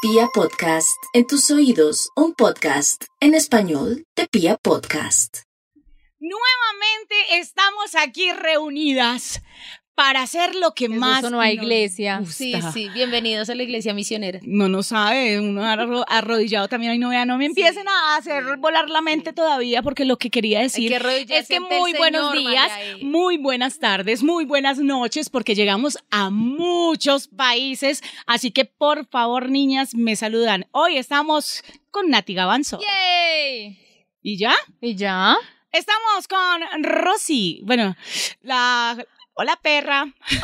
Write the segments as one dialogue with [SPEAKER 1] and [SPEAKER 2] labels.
[SPEAKER 1] Pia Podcast, en tus oídos, un podcast en español de Pia Podcast.
[SPEAKER 2] Nuevamente estamos aquí reunidas para hacer lo que más
[SPEAKER 3] Eso no hay
[SPEAKER 2] nos
[SPEAKER 3] iglesia.
[SPEAKER 4] Sí,
[SPEAKER 2] gusta.
[SPEAKER 4] sí, bienvenidos a la iglesia misionera.
[SPEAKER 2] No, no sabe, uno arro- arrodillado también, ay no, vea, no me empiecen a hacer volar la mente todavía porque lo que quería decir
[SPEAKER 4] que arrodillarse
[SPEAKER 2] es que
[SPEAKER 4] ante el
[SPEAKER 2] muy buenos
[SPEAKER 4] Señor,
[SPEAKER 2] días,
[SPEAKER 4] María, y-
[SPEAKER 2] muy buenas tardes, muy buenas noches porque llegamos a muchos países, así que por favor niñas me saludan. Hoy estamos con Nati Gavanzo.
[SPEAKER 3] ¡Yay!
[SPEAKER 2] ¿Y ya?
[SPEAKER 3] ¿Y ya?
[SPEAKER 2] Estamos con Rosy. Bueno, la. Hola, perra. ¡Hola, perras!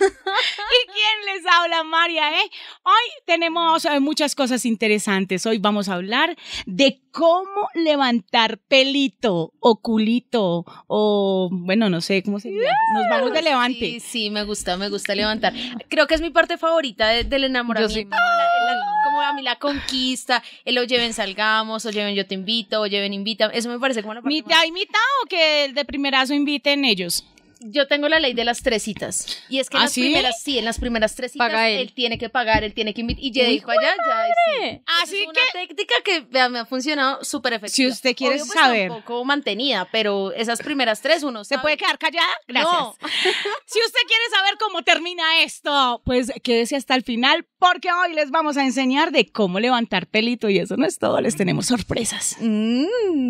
[SPEAKER 2] ¿Y quién les habla, María? eh? Hoy tenemos eh, muchas cosas interesantes. Hoy vamos a hablar de cómo levantar pelito o culito o, bueno, no sé cómo se llama. Nos vamos de levante.
[SPEAKER 4] Sí, sí, me gusta, me gusta levantar. Creo que es mi parte favorita de- del enamoramiento.
[SPEAKER 3] Yo soy
[SPEAKER 4] La- la- como a mí la conquista, el o lleven salgamos, o lleven yo te invito, o lleven invita. Eso me parece como la parte
[SPEAKER 2] ¿Mitad y mitad o que de primerazo inviten ellos?
[SPEAKER 4] más- Yo tengo la ley de las tres citas. Y es que en
[SPEAKER 2] ¿Ah,
[SPEAKER 4] las
[SPEAKER 2] sí?
[SPEAKER 4] primeras, sí, en las primeras tres citas,
[SPEAKER 3] Paga él.
[SPEAKER 4] tiene que pagar, él tiene que invitar. Y ya
[SPEAKER 3] ¡Uy,
[SPEAKER 4] dijo allá, ya. y sí. Esa
[SPEAKER 2] Así
[SPEAKER 4] es una técnica que vea, me ha funcionado súper efectiva.
[SPEAKER 2] Si usted quiere
[SPEAKER 4] Obvio, pues,
[SPEAKER 2] saber.
[SPEAKER 4] Un poco mantenida, pero esas primeras tres uno
[SPEAKER 2] ¿Se
[SPEAKER 4] sabe
[SPEAKER 2] puede quedar callada? Gracias.
[SPEAKER 4] No.
[SPEAKER 2] Si usted quiere saber cómo termina esto, pues quédese hasta el final porque hoy les vamos a enseñar de cómo levantar pelito y eso no es todo, les tenemos sorpresas.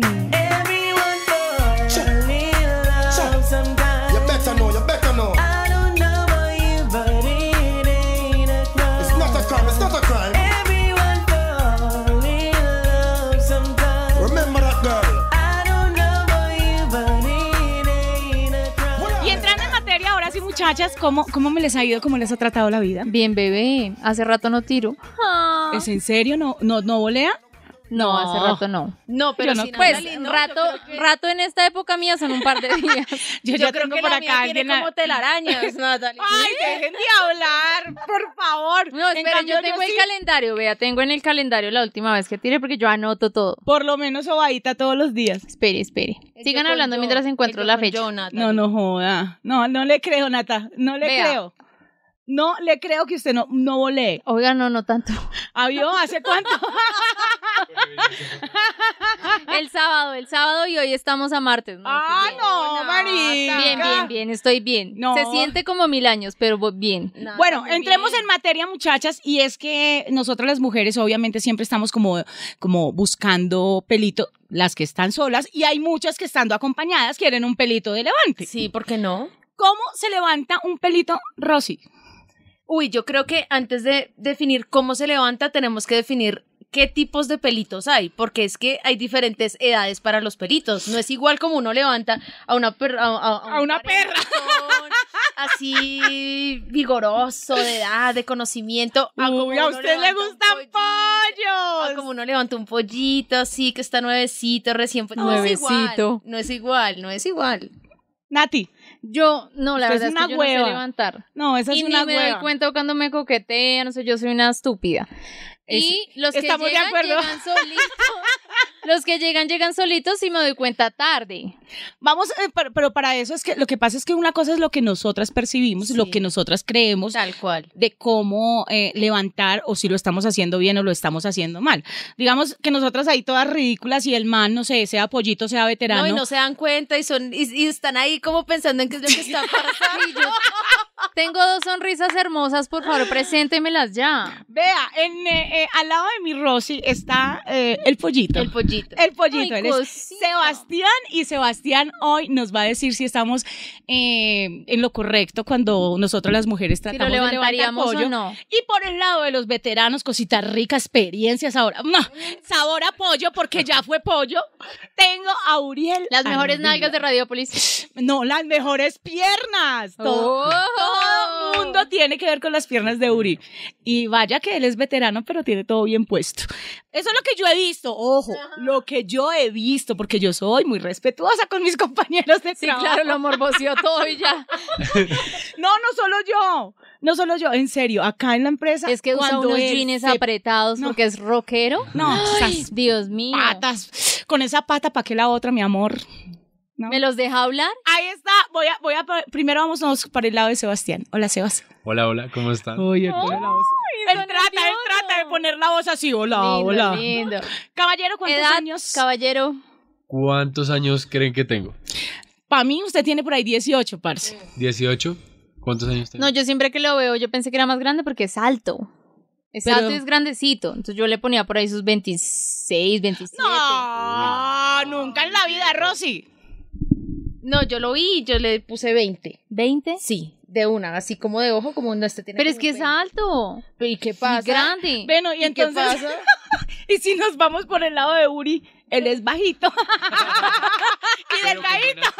[SPEAKER 5] Everyone falls in love sometimes.
[SPEAKER 6] You better know, you better know.
[SPEAKER 5] I don't know about you, but it ain't a crime.
[SPEAKER 6] It's not a crime, it's not a crime.
[SPEAKER 5] Everyone falls in love sometimes.
[SPEAKER 6] Remember that girl.
[SPEAKER 5] I don't know about you, but it ain't a crime.
[SPEAKER 2] Y entrando en materia, ahora sí muchachas, ¿cómo, cómo me les ha ido? ¿Cómo les ha tratado la vida?
[SPEAKER 3] Bien, bebé. Hace rato no tiro.
[SPEAKER 4] Ah.
[SPEAKER 2] ¿Es en serio? ¿No, no, no volea?
[SPEAKER 3] No, hace rato no.
[SPEAKER 4] No, pero
[SPEAKER 2] Yo no
[SPEAKER 4] sin
[SPEAKER 3] Pues,
[SPEAKER 4] Ana Lindo,
[SPEAKER 3] rato,
[SPEAKER 4] yo creo que-
[SPEAKER 3] rato en esta época mía son un par de días.
[SPEAKER 2] Yo,
[SPEAKER 4] yo
[SPEAKER 2] ya
[SPEAKER 4] creo
[SPEAKER 2] tengo
[SPEAKER 4] que
[SPEAKER 2] por
[SPEAKER 4] la
[SPEAKER 2] acá
[SPEAKER 4] mía
[SPEAKER 2] alguien
[SPEAKER 4] tiene
[SPEAKER 2] a-
[SPEAKER 4] como telarañas, Natalia.
[SPEAKER 2] ¡Ay, dejen de hablar! ¡Por favor!
[SPEAKER 3] No,
[SPEAKER 2] En
[SPEAKER 3] espera,
[SPEAKER 2] cambio,
[SPEAKER 3] yo tengo el
[SPEAKER 2] sí,
[SPEAKER 3] calendario, vea, tengo en el calendario la última vez que tiré porque yo anoto todo.
[SPEAKER 2] Por lo menos ovadita todos los días.
[SPEAKER 3] Espere, espere.
[SPEAKER 4] El
[SPEAKER 3] Sigan
[SPEAKER 4] yo con
[SPEAKER 3] hablando
[SPEAKER 4] yo,
[SPEAKER 3] mientras encuentro
[SPEAKER 4] el yo
[SPEAKER 3] la
[SPEAKER 4] con
[SPEAKER 3] fecha.
[SPEAKER 4] yo, Natalia.
[SPEAKER 2] No, no joda. No, no le creo, Nata. No le
[SPEAKER 3] Vea.
[SPEAKER 2] creo. No le creo que usted no, no volee.
[SPEAKER 3] Oiga, no, no tanto.
[SPEAKER 2] ¿Avió? ¿Hace cuánto?
[SPEAKER 4] Ah,
[SPEAKER 3] El sábado, el sábado y hoy estamos a martes. ¿no?
[SPEAKER 2] ¡Ah, no, marica!
[SPEAKER 3] Bien, bien, bien, estoy bien.
[SPEAKER 2] No.
[SPEAKER 3] Se siente como mil años, pero bo- bien.
[SPEAKER 4] Natalia,
[SPEAKER 2] Bueno,
[SPEAKER 4] muy
[SPEAKER 2] entremos
[SPEAKER 4] bien.
[SPEAKER 2] en materia, muchachas, y es que nosotras las mujeres obviamente siempre estamos como, como buscando pelito, las que están solas, y hay muchas que estando acompañadas quieren un pelito de levante.
[SPEAKER 4] Sí, ¿por qué no?
[SPEAKER 2] ¿Cómo se levanta un pelito, Rosy?
[SPEAKER 4] Uy, yo creo que antes de definir cómo se levanta, tenemos que definir qué tipos de pelitos hay, porque es que hay diferentes edades para los pelitos. No es igual como uno levanta a una perra. A,
[SPEAKER 2] A una perra.
[SPEAKER 4] parejón, Así vigoroso, de edad, de conocimiento. como
[SPEAKER 2] Uy, a
[SPEAKER 4] uno
[SPEAKER 2] usted le
[SPEAKER 4] levanta un
[SPEAKER 2] gustan
[SPEAKER 4] pollito. Ah,
[SPEAKER 2] pollos.
[SPEAKER 4] como uno levanta un pollito así, que está nuevecito, recién pollito.
[SPEAKER 3] Nuevecito.
[SPEAKER 4] No es igual, no es igual.
[SPEAKER 2] Nati,
[SPEAKER 3] Yo, no, la
[SPEAKER 2] Usted es
[SPEAKER 3] verdad es,
[SPEAKER 2] una
[SPEAKER 3] que yo no
[SPEAKER 2] hueva.
[SPEAKER 3] sé levantar.
[SPEAKER 2] no, esa
[SPEAKER 3] y
[SPEAKER 2] es
[SPEAKER 3] ni
[SPEAKER 2] una
[SPEAKER 3] me doy
[SPEAKER 2] hueva.
[SPEAKER 3] cuenta cuando me coquetean, o sea, yo soy una estúpida. y los que
[SPEAKER 2] estamos de
[SPEAKER 3] llegan,
[SPEAKER 2] acuerdo.
[SPEAKER 3] llegan solitos. los que llegan, llegan solitos y me doy cuenta tarde.
[SPEAKER 2] Vamos, eh, pero, pero para eso es que lo que pasa es que una cosa es lo que nosotras percibimos, lo
[SPEAKER 4] Sí.
[SPEAKER 2] que nosotras creemos,
[SPEAKER 4] Tal cual.
[SPEAKER 2] de cómo eh, levantar o si lo estamos haciendo bien o lo estamos haciendo mal. Digamos que nosotras ahí todas ridículas y el man, no sé, sea pollito, sea veterano.
[SPEAKER 4] No, y no se dan cuenta y son y, y están ahí como pensando en qué es lo que está pasando.
[SPEAKER 3] Y yo tengo dos sonrisas hermosas, por favor, preséntemelas ya.
[SPEAKER 2] Vea, en, eh, eh, al lado de mi Rosy está eh, el pollito.
[SPEAKER 4] El
[SPEAKER 2] El,
[SPEAKER 4] pollito.
[SPEAKER 2] pollito,
[SPEAKER 3] Ay,
[SPEAKER 2] él es
[SPEAKER 3] cosita.
[SPEAKER 2] Sebastián y Sebastián hoy nos va a decir si estamos eh, en lo correcto cuando nosotros las mujeres
[SPEAKER 3] Si lo
[SPEAKER 2] tratamos de levantar
[SPEAKER 3] levantaríamos
[SPEAKER 2] pollo.
[SPEAKER 3] o no.
[SPEAKER 2] Y por el lado de los veteranos, cositas ricas, experiencias ahora. ¡mua! Sabor a pollo, porque ya fue pollo. Tengo a Uriel.
[SPEAKER 3] Las mejores
[SPEAKER 2] Andino.
[SPEAKER 3] nalgas de Radiopolis.
[SPEAKER 2] No, las mejores piernas. Todo,
[SPEAKER 3] Oh.
[SPEAKER 2] todo mundo tiene que ver con las piernas de Uri. Y vaya que él es veterano, pero tiene todo bien puesto. Eso es lo que yo he visto, ojo, lo que yo he visto, porque yo soy muy respetuosa con mis compañeros de
[SPEAKER 3] Sí,
[SPEAKER 2] trabajo.
[SPEAKER 3] claro, lo morboseó todo y ya.
[SPEAKER 2] No, no solo yo. No solo yo, en serio, acá en la empresa.
[SPEAKER 3] Es que usa
[SPEAKER 2] cuando
[SPEAKER 3] unos
[SPEAKER 2] él
[SPEAKER 3] jeans
[SPEAKER 2] se-
[SPEAKER 3] apretados
[SPEAKER 2] No.
[SPEAKER 3] porque es rockero.
[SPEAKER 2] No,
[SPEAKER 3] Ay,
[SPEAKER 2] esas
[SPEAKER 3] Dios mío.
[SPEAKER 2] patas. Con esa pata, ¿para qué la otra, mi amor? ¿no?
[SPEAKER 3] ¿Me los deja hablar?
[SPEAKER 2] Ahí está. Voy a, voy a, primero vamos para el lado de Sebastián. Hola, Sebas.
[SPEAKER 7] Hola, hola, ¿cómo están?
[SPEAKER 2] Oye,
[SPEAKER 3] él pone la voz.
[SPEAKER 2] Él trata, él trata de poner la voz así. Hola,
[SPEAKER 3] Lindo,
[SPEAKER 2] hola.
[SPEAKER 3] lindo.
[SPEAKER 2] Caballero, ¿cuántos
[SPEAKER 3] Edad,
[SPEAKER 2] años?
[SPEAKER 3] Caballero.
[SPEAKER 7] ¿Cuántos años creen que tengo?
[SPEAKER 2] Para mí, usted tiene por ahí 18, parce.
[SPEAKER 7] ¿18? ¿Cuántos años tengo?
[SPEAKER 3] No, yo siempre que lo veo, yo pensé que era más grande porque es alto. Es
[SPEAKER 2] Pero-
[SPEAKER 3] alto y es grandecito. Entonces yo le ponía por ahí sus 26, 27.
[SPEAKER 2] No, nunca en la vida, Rosy.
[SPEAKER 4] No, yo lo vi y yo le puse 20.
[SPEAKER 3] 20.
[SPEAKER 4] Sí, de una, así como de ojo, como no este tiene.
[SPEAKER 3] Pero es
[SPEAKER 4] como
[SPEAKER 3] que es
[SPEAKER 4] 20.
[SPEAKER 3] alto.
[SPEAKER 4] ¿Y qué
[SPEAKER 3] Y
[SPEAKER 4] pasa?
[SPEAKER 3] grande.
[SPEAKER 2] Bueno, y,
[SPEAKER 4] ¿Y qué
[SPEAKER 2] entonces.
[SPEAKER 4] pasa?
[SPEAKER 2] Y si nos vamos por el lado de Uri, él es bajito. y
[SPEAKER 7] Pero con
[SPEAKER 2] delgadito.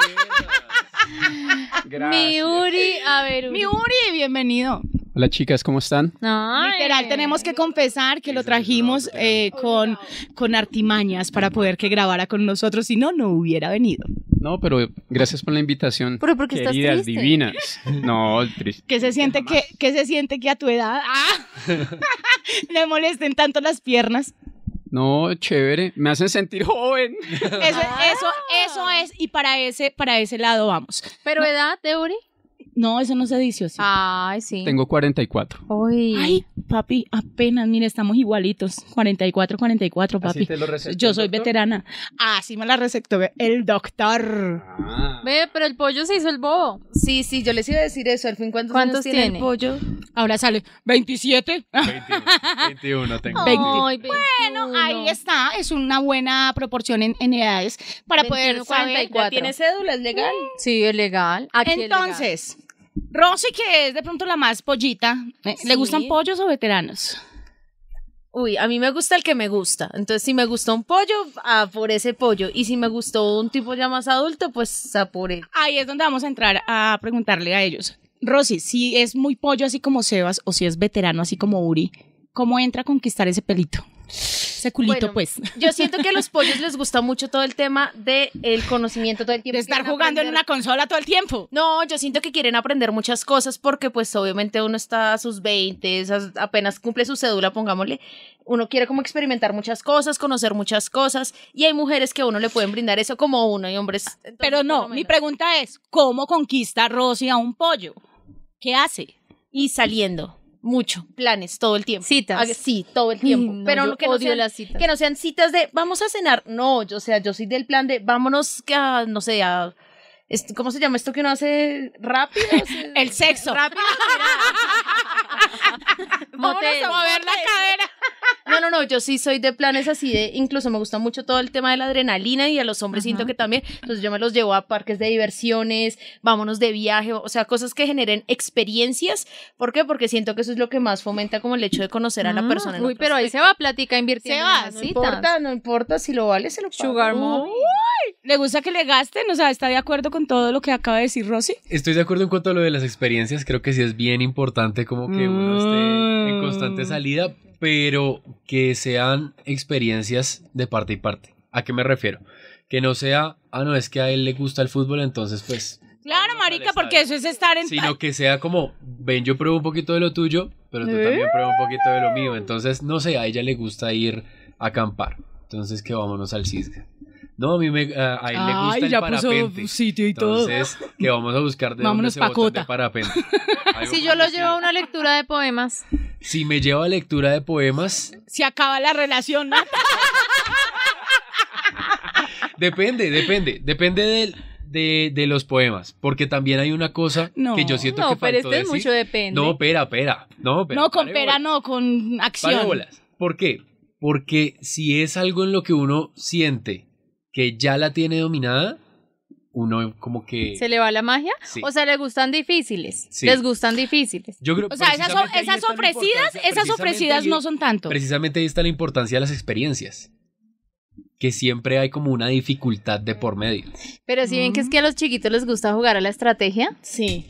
[SPEAKER 7] unas piernas.
[SPEAKER 3] Mi Uri, a ver, Uri.
[SPEAKER 2] Mi Uri, bienvenido.
[SPEAKER 8] Hola chicas, ¿cómo están?
[SPEAKER 3] Ay.
[SPEAKER 2] Literal, tenemos que confesar que lo trajimos eh, con, con artimañas para poder que grabara con nosotros, si no, no hubiera venido.
[SPEAKER 8] No, pero gracias por la invitación.
[SPEAKER 3] Pero porque estás
[SPEAKER 8] Queridas
[SPEAKER 3] triste.
[SPEAKER 8] divinas. No, triste.
[SPEAKER 2] ¿Qué se siente que, qué se siente que a tu edad ah, le molesten tanto las piernas?
[SPEAKER 8] No, chévere. Me hacen sentir joven.
[SPEAKER 2] Eso, eso, eso es, y para ese, para ese lado vamos.
[SPEAKER 3] Pero edad de Uri.
[SPEAKER 2] No, eso no se dice así.
[SPEAKER 3] Ah. Ay, sí.
[SPEAKER 8] Tengo 44.
[SPEAKER 3] Uy.
[SPEAKER 2] Ay, papi, apenas, mira, estamos igualitos. 44, 44, papi.
[SPEAKER 7] lo
[SPEAKER 2] Yo soy veterana. Así me la receptó el doctor.
[SPEAKER 3] Ve, pero el pollo se hizo el bobo.
[SPEAKER 4] Sí, sí, yo les iba a decir eso. Al fin, ¿cuántos, años
[SPEAKER 3] ¿Cuántos
[SPEAKER 4] tiene,
[SPEAKER 3] tiene?
[SPEAKER 4] el pollo?
[SPEAKER 2] Ahora sale 27.
[SPEAKER 7] 21, 21 tengo.
[SPEAKER 2] Veinte.
[SPEAKER 3] Ay,
[SPEAKER 2] Bueno, ahí
[SPEAKER 3] 21.
[SPEAKER 2] está. Es una buena proporción en, en edades para poder
[SPEAKER 3] 21,
[SPEAKER 2] saber.
[SPEAKER 4] Pues,
[SPEAKER 3] 44.
[SPEAKER 4] ¿Tiene cédula? ¿Es legal?
[SPEAKER 3] Sí, es legal. Aquí es legal.
[SPEAKER 2] Entonces, Rosy, que es de pronto la más pollita, ¿eh? ¿le
[SPEAKER 4] Sí.
[SPEAKER 2] gustan pollos o veteranos?
[SPEAKER 4] Uy, a mí me gusta el que me gusta. Entonces, si me gustó un pollo, a por ese pollo. Y si me gustó un tipo ya más adulto, pues a por él.
[SPEAKER 2] Ahí es donde vamos a entrar a preguntarle a ellos. Rosy, si es muy pollo así como Sebas o si es veterano así como Uri, ¿cómo entra a conquistar ese pelito? Ese culito,
[SPEAKER 4] Bueno,
[SPEAKER 2] pues.
[SPEAKER 4] Yo siento que a los pollos les gusta mucho todo el tema del el conocimiento todo el tiempo.
[SPEAKER 2] De estar
[SPEAKER 4] Quieren
[SPEAKER 2] jugando en
[SPEAKER 4] aprender
[SPEAKER 2] una consola todo el tiempo.
[SPEAKER 4] No, yo siento que quieren aprender muchas cosas porque pues obviamente uno está a sus 20, esas- apenas cumple su cédula, pongámosle, uno quiere como experimentar muchas cosas, conocer muchas cosas y hay mujeres que a uno le pueden brindar eso como uno y hombres.
[SPEAKER 3] Ah,
[SPEAKER 4] entonces,
[SPEAKER 2] Pero
[SPEAKER 4] por
[SPEAKER 2] no,
[SPEAKER 4] lo
[SPEAKER 2] mi
[SPEAKER 4] menos.
[SPEAKER 2] pregunta es, ¿cómo conquista Rosy a un pollo? ¿Qué hace?
[SPEAKER 4] Y saliendo, mucho, planes todo el tiempo.
[SPEAKER 3] Citas.
[SPEAKER 4] Ah, sí, todo el
[SPEAKER 3] Ay,
[SPEAKER 4] tiempo.
[SPEAKER 3] no,
[SPEAKER 4] Pero
[SPEAKER 3] yo
[SPEAKER 4] no- que no
[SPEAKER 3] odio
[SPEAKER 4] sean-
[SPEAKER 3] las citas.
[SPEAKER 4] Que no sean citas de vamos a cenar. No, yo, o sea, yo soy del plan de vámonos a, no sé, a. est- ¿Cómo se llama esto que uno hace rápido? O sea,
[SPEAKER 2] El sexo.
[SPEAKER 4] rápido.
[SPEAKER 2] Mover
[SPEAKER 3] Motel.
[SPEAKER 2] la cadera.
[SPEAKER 4] No, Ah, no, no, yo sí soy de planes así de, incluso me gusta mucho todo el tema de la adrenalina y a los hombres siento que también, entonces yo me los llevo a parques de diversiones, vámonos de viaje, o sea, cosas que generen experiencias, ¿por qué? Porque siento que eso es lo que más fomenta como el hecho de conocer a la
[SPEAKER 3] Ah,
[SPEAKER 4] persona. en
[SPEAKER 3] Uy,
[SPEAKER 4] otros
[SPEAKER 3] pero ahí se va plática invirtiendo en
[SPEAKER 4] aspectos.
[SPEAKER 3] las
[SPEAKER 4] No
[SPEAKER 3] citas.
[SPEAKER 4] importa, no importa, si lo vale, se lo pago.
[SPEAKER 3] Sugar
[SPEAKER 4] Uy,
[SPEAKER 3] mommy.
[SPEAKER 2] ¿Le gusta que le gasten? O sea, ¿está de acuerdo con todo lo que acaba de decir Rosy?
[SPEAKER 7] Estoy de acuerdo en cuanto a lo de las experiencias, creo que sí es bien importante como que uno esté en constante salida, pero que sean experiencias de parte y parte. ¿A qué me refiero? Que no sea, ah, no, es que a él le gusta el fútbol, entonces pues,
[SPEAKER 2] Claro, marica,
[SPEAKER 7] estadio.
[SPEAKER 2] porque eso es estar en...
[SPEAKER 7] sino que sea como, ven, yo pruebo un poquito de lo tuyo, pero tú también
[SPEAKER 2] ¿Eh?
[SPEAKER 7] prueba un poquito de lo mío. Entonces, no sé, a ella le gusta ir a acampar, entonces que vámonos al Cisga. No, a mí me, a a él le gusta el parapente.
[SPEAKER 2] sitio y
[SPEAKER 7] Entonces, que vamos a buscar de
[SPEAKER 2] Vámonos
[SPEAKER 7] dónde se
[SPEAKER 2] pa'
[SPEAKER 7] botan
[SPEAKER 2] Cota.
[SPEAKER 7] de parapente. Algo
[SPEAKER 3] Si
[SPEAKER 7] por
[SPEAKER 3] yo
[SPEAKER 7] el
[SPEAKER 3] lo
[SPEAKER 7] estilo.
[SPEAKER 3] llevo a una lectura de poemas.
[SPEAKER 7] Si me lleva a lectura de poemas,
[SPEAKER 2] Se acaba la relación, ¿no?
[SPEAKER 7] depende, depende, depende del- de, de los poemas, porque también hay una cosa
[SPEAKER 2] No.
[SPEAKER 7] que yo siento que
[SPEAKER 3] No, pero
[SPEAKER 7] faltó
[SPEAKER 3] este es
[SPEAKER 7] decir.
[SPEAKER 3] mucho depende.
[SPEAKER 7] No, pera, pera. No, pera,
[SPEAKER 2] no, con
[SPEAKER 7] pare
[SPEAKER 2] pera
[SPEAKER 7] bolas.
[SPEAKER 2] no, con acción.
[SPEAKER 7] Pare bolas. ¿Por qué? Porque si es algo en lo que uno siente que ya la tiene dominada, uno como que...
[SPEAKER 3] ¿Se le va la magia?
[SPEAKER 7] Sí.
[SPEAKER 3] O sea, le gustan difíciles.
[SPEAKER 7] Sí.
[SPEAKER 3] Les gustan difíciles.
[SPEAKER 7] Yo creo-
[SPEAKER 2] O sea, esas,
[SPEAKER 7] precisamente ahí
[SPEAKER 2] esas
[SPEAKER 7] está la
[SPEAKER 2] ofrecidas,
[SPEAKER 7] importancia-
[SPEAKER 2] esas
[SPEAKER 7] precisamente
[SPEAKER 2] ofrecidas
[SPEAKER 7] ahí-
[SPEAKER 2] no son tanto.
[SPEAKER 7] Precisamente ahí está la importancia de las experiencias. Que siempre hay como una dificultad de por medio.
[SPEAKER 3] Pero si ven que es que a los chiquitos les gusta jugar a la estrategia.
[SPEAKER 4] Sí.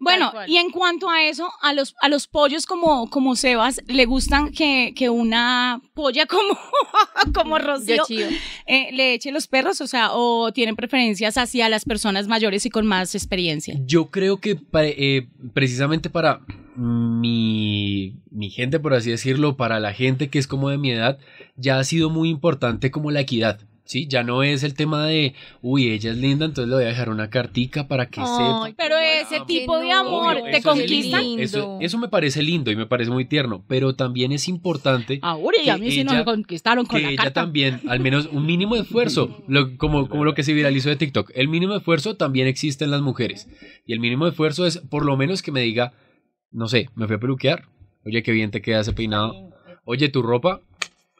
[SPEAKER 2] Bueno,
[SPEAKER 4] Tal cual.
[SPEAKER 2] y en cuanto a eso, a los, a los pollos como, como Sebas, le gustan que, que una polla como, como Rocío
[SPEAKER 3] Yo chío.
[SPEAKER 2] eh, le eche los perros, o sea, o tienen preferencias hacia las personas mayores y con más experiencia.
[SPEAKER 7] Yo creo que pa- eh, precisamente para mi, mi gente, por así decirlo, para la gente que es como de mi edad, ya ha sido muy importante como la equidad.
[SPEAKER 9] ¿sí? Ya no es el tema de, uy, ella es linda, entonces le voy a dejar una cartica para que sepa.
[SPEAKER 3] Ay,
[SPEAKER 2] Pero ese
[SPEAKER 3] Qué
[SPEAKER 2] tipo de
[SPEAKER 3] no.
[SPEAKER 2] amor
[SPEAKER 9] Obvio,
[SPEAKER 2] te
[SPEAKER 9] eso es
[SPEAKER 2] conquista.
[SPEAKER 3] lindo.
[SPEAKER 9] Eso, eso me parece lindo y me parece muy tierno, pero también es importante
[SPEAKER 2] Ahora y a
[SPEAKER 9] Que
[SPEAKER 2] mí sí nos
[SPEAKER 9] ella-
[SPEAKER 2] conquistaron con
[SPEAKER 9] que
[SPEAKER 2] la
[SPEAKER 9] ella
[SPEAKER 2] carta.
[SPEAKER 9] también, al menos un mínimo de esfuerzo, lo- como, como lo que se viralizó de TikTok, el mínimo de esfuerzo también existe en las mujeres. Y el mínimo de esfuerzo es por lo menos que me diga, no sé, me fui a peluquear, oye, qué bien te queda ese peinado, oye, tu ropa,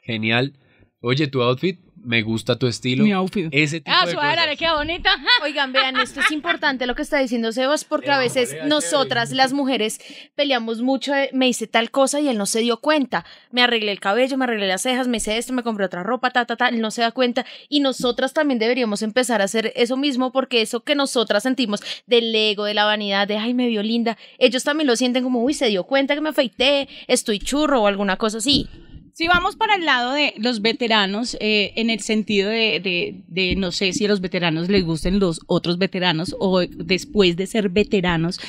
[SPEAKER 9] genial, oye, tu outfit, me gusta tu estilo.
[SPEAKER 2] Mi outfit.
[SPEAKER 9] Ese tipo
[SPEAKER 2] Ah,
[SPEAKER 9] de
[SPEAKER 2] su cara,
[SPEAKER 9] cosas.
[SPEAKER 2] le queda bonita.
[SPEAKER 4] Oigan, vean, esto es importante lo que está diciendo Sebas, porque a veces nosotras, las mujeres, peleamos mucho. de, me hice tal cosa y él no se dio cuenta. Me arreglé el cabello, me arreglé las cejas, me hice esto, me compré otra ropa, ta, ta, ta. Él no se da cuenta. Y nosotras también deberíamos empezar a hacer eso mismo, porque eso que nosotras sentimos del ego, de la vanidad, de ay, me vio linda, ellos también lo sienten como, uy, se dio cuenta que me afeité, estoy churro o alguna cosa así.
[SPEAKER 2] Si vamos para el lado de los veteranos, eh, en el sentido de, de- de no sé si a los veteranos les gusten los otros veteranos o después de ser veteranos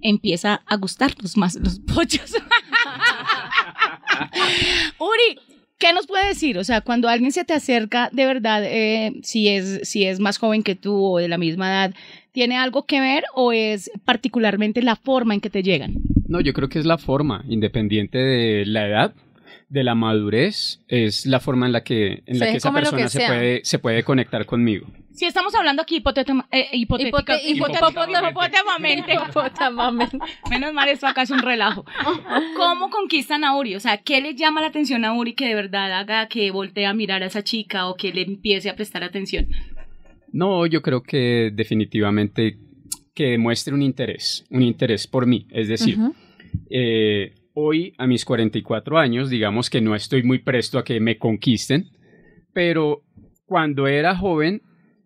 [SPEAKER 2] empieza a gustarnos más los pollos. Uri, ¿qué nos puede decir? O sea, cuando alguien se te acerca, de verdad, eh, si, es, si es más joven que tú o de la misma edad, ¿tiene algo que ver o es particularmente la forma en que te llegan?
[SPEAKER 7] No, yo creo que es la forma, independiente de la edad, de la madurez, es la forma en la que, en la
[SPEAKER 3] Se
[SPEAKER 7] que esa
[SPEAKER 3] come lo que
[SPEAKER 7] persona se,
[SPEAKER 3] sea.
[SPEAKER 7] puede, se puede conectar conmigo.
[SPEAKER 2] Si estamos hablando aquí hipotética- eh, hipotética-
[SPEAKER 3] Hipote-
[SPEAKER 2] hipotética- hipotéticamente,
[SPEAKER 3] Puta mame.
[SPEAKER 2] Pues Menos mal, esto acá es un relajo. ¿Cómo conquistan a Uri? O sea, ¿qué le llama la atención a Uri que de verdad haga que voltee a mirar a esa chica o que le empiece a prestar atención?
[SPEAKER 7] No, yo creo que definitivamente que demuestre un interés, un interés por mí. Es decir,
[SPEAKER 3] Ujú.
[SPEAKER 7] eh, hoy a mis 44 años, digamos que no estoy muy presto a que me conquisten, pero cuando era joven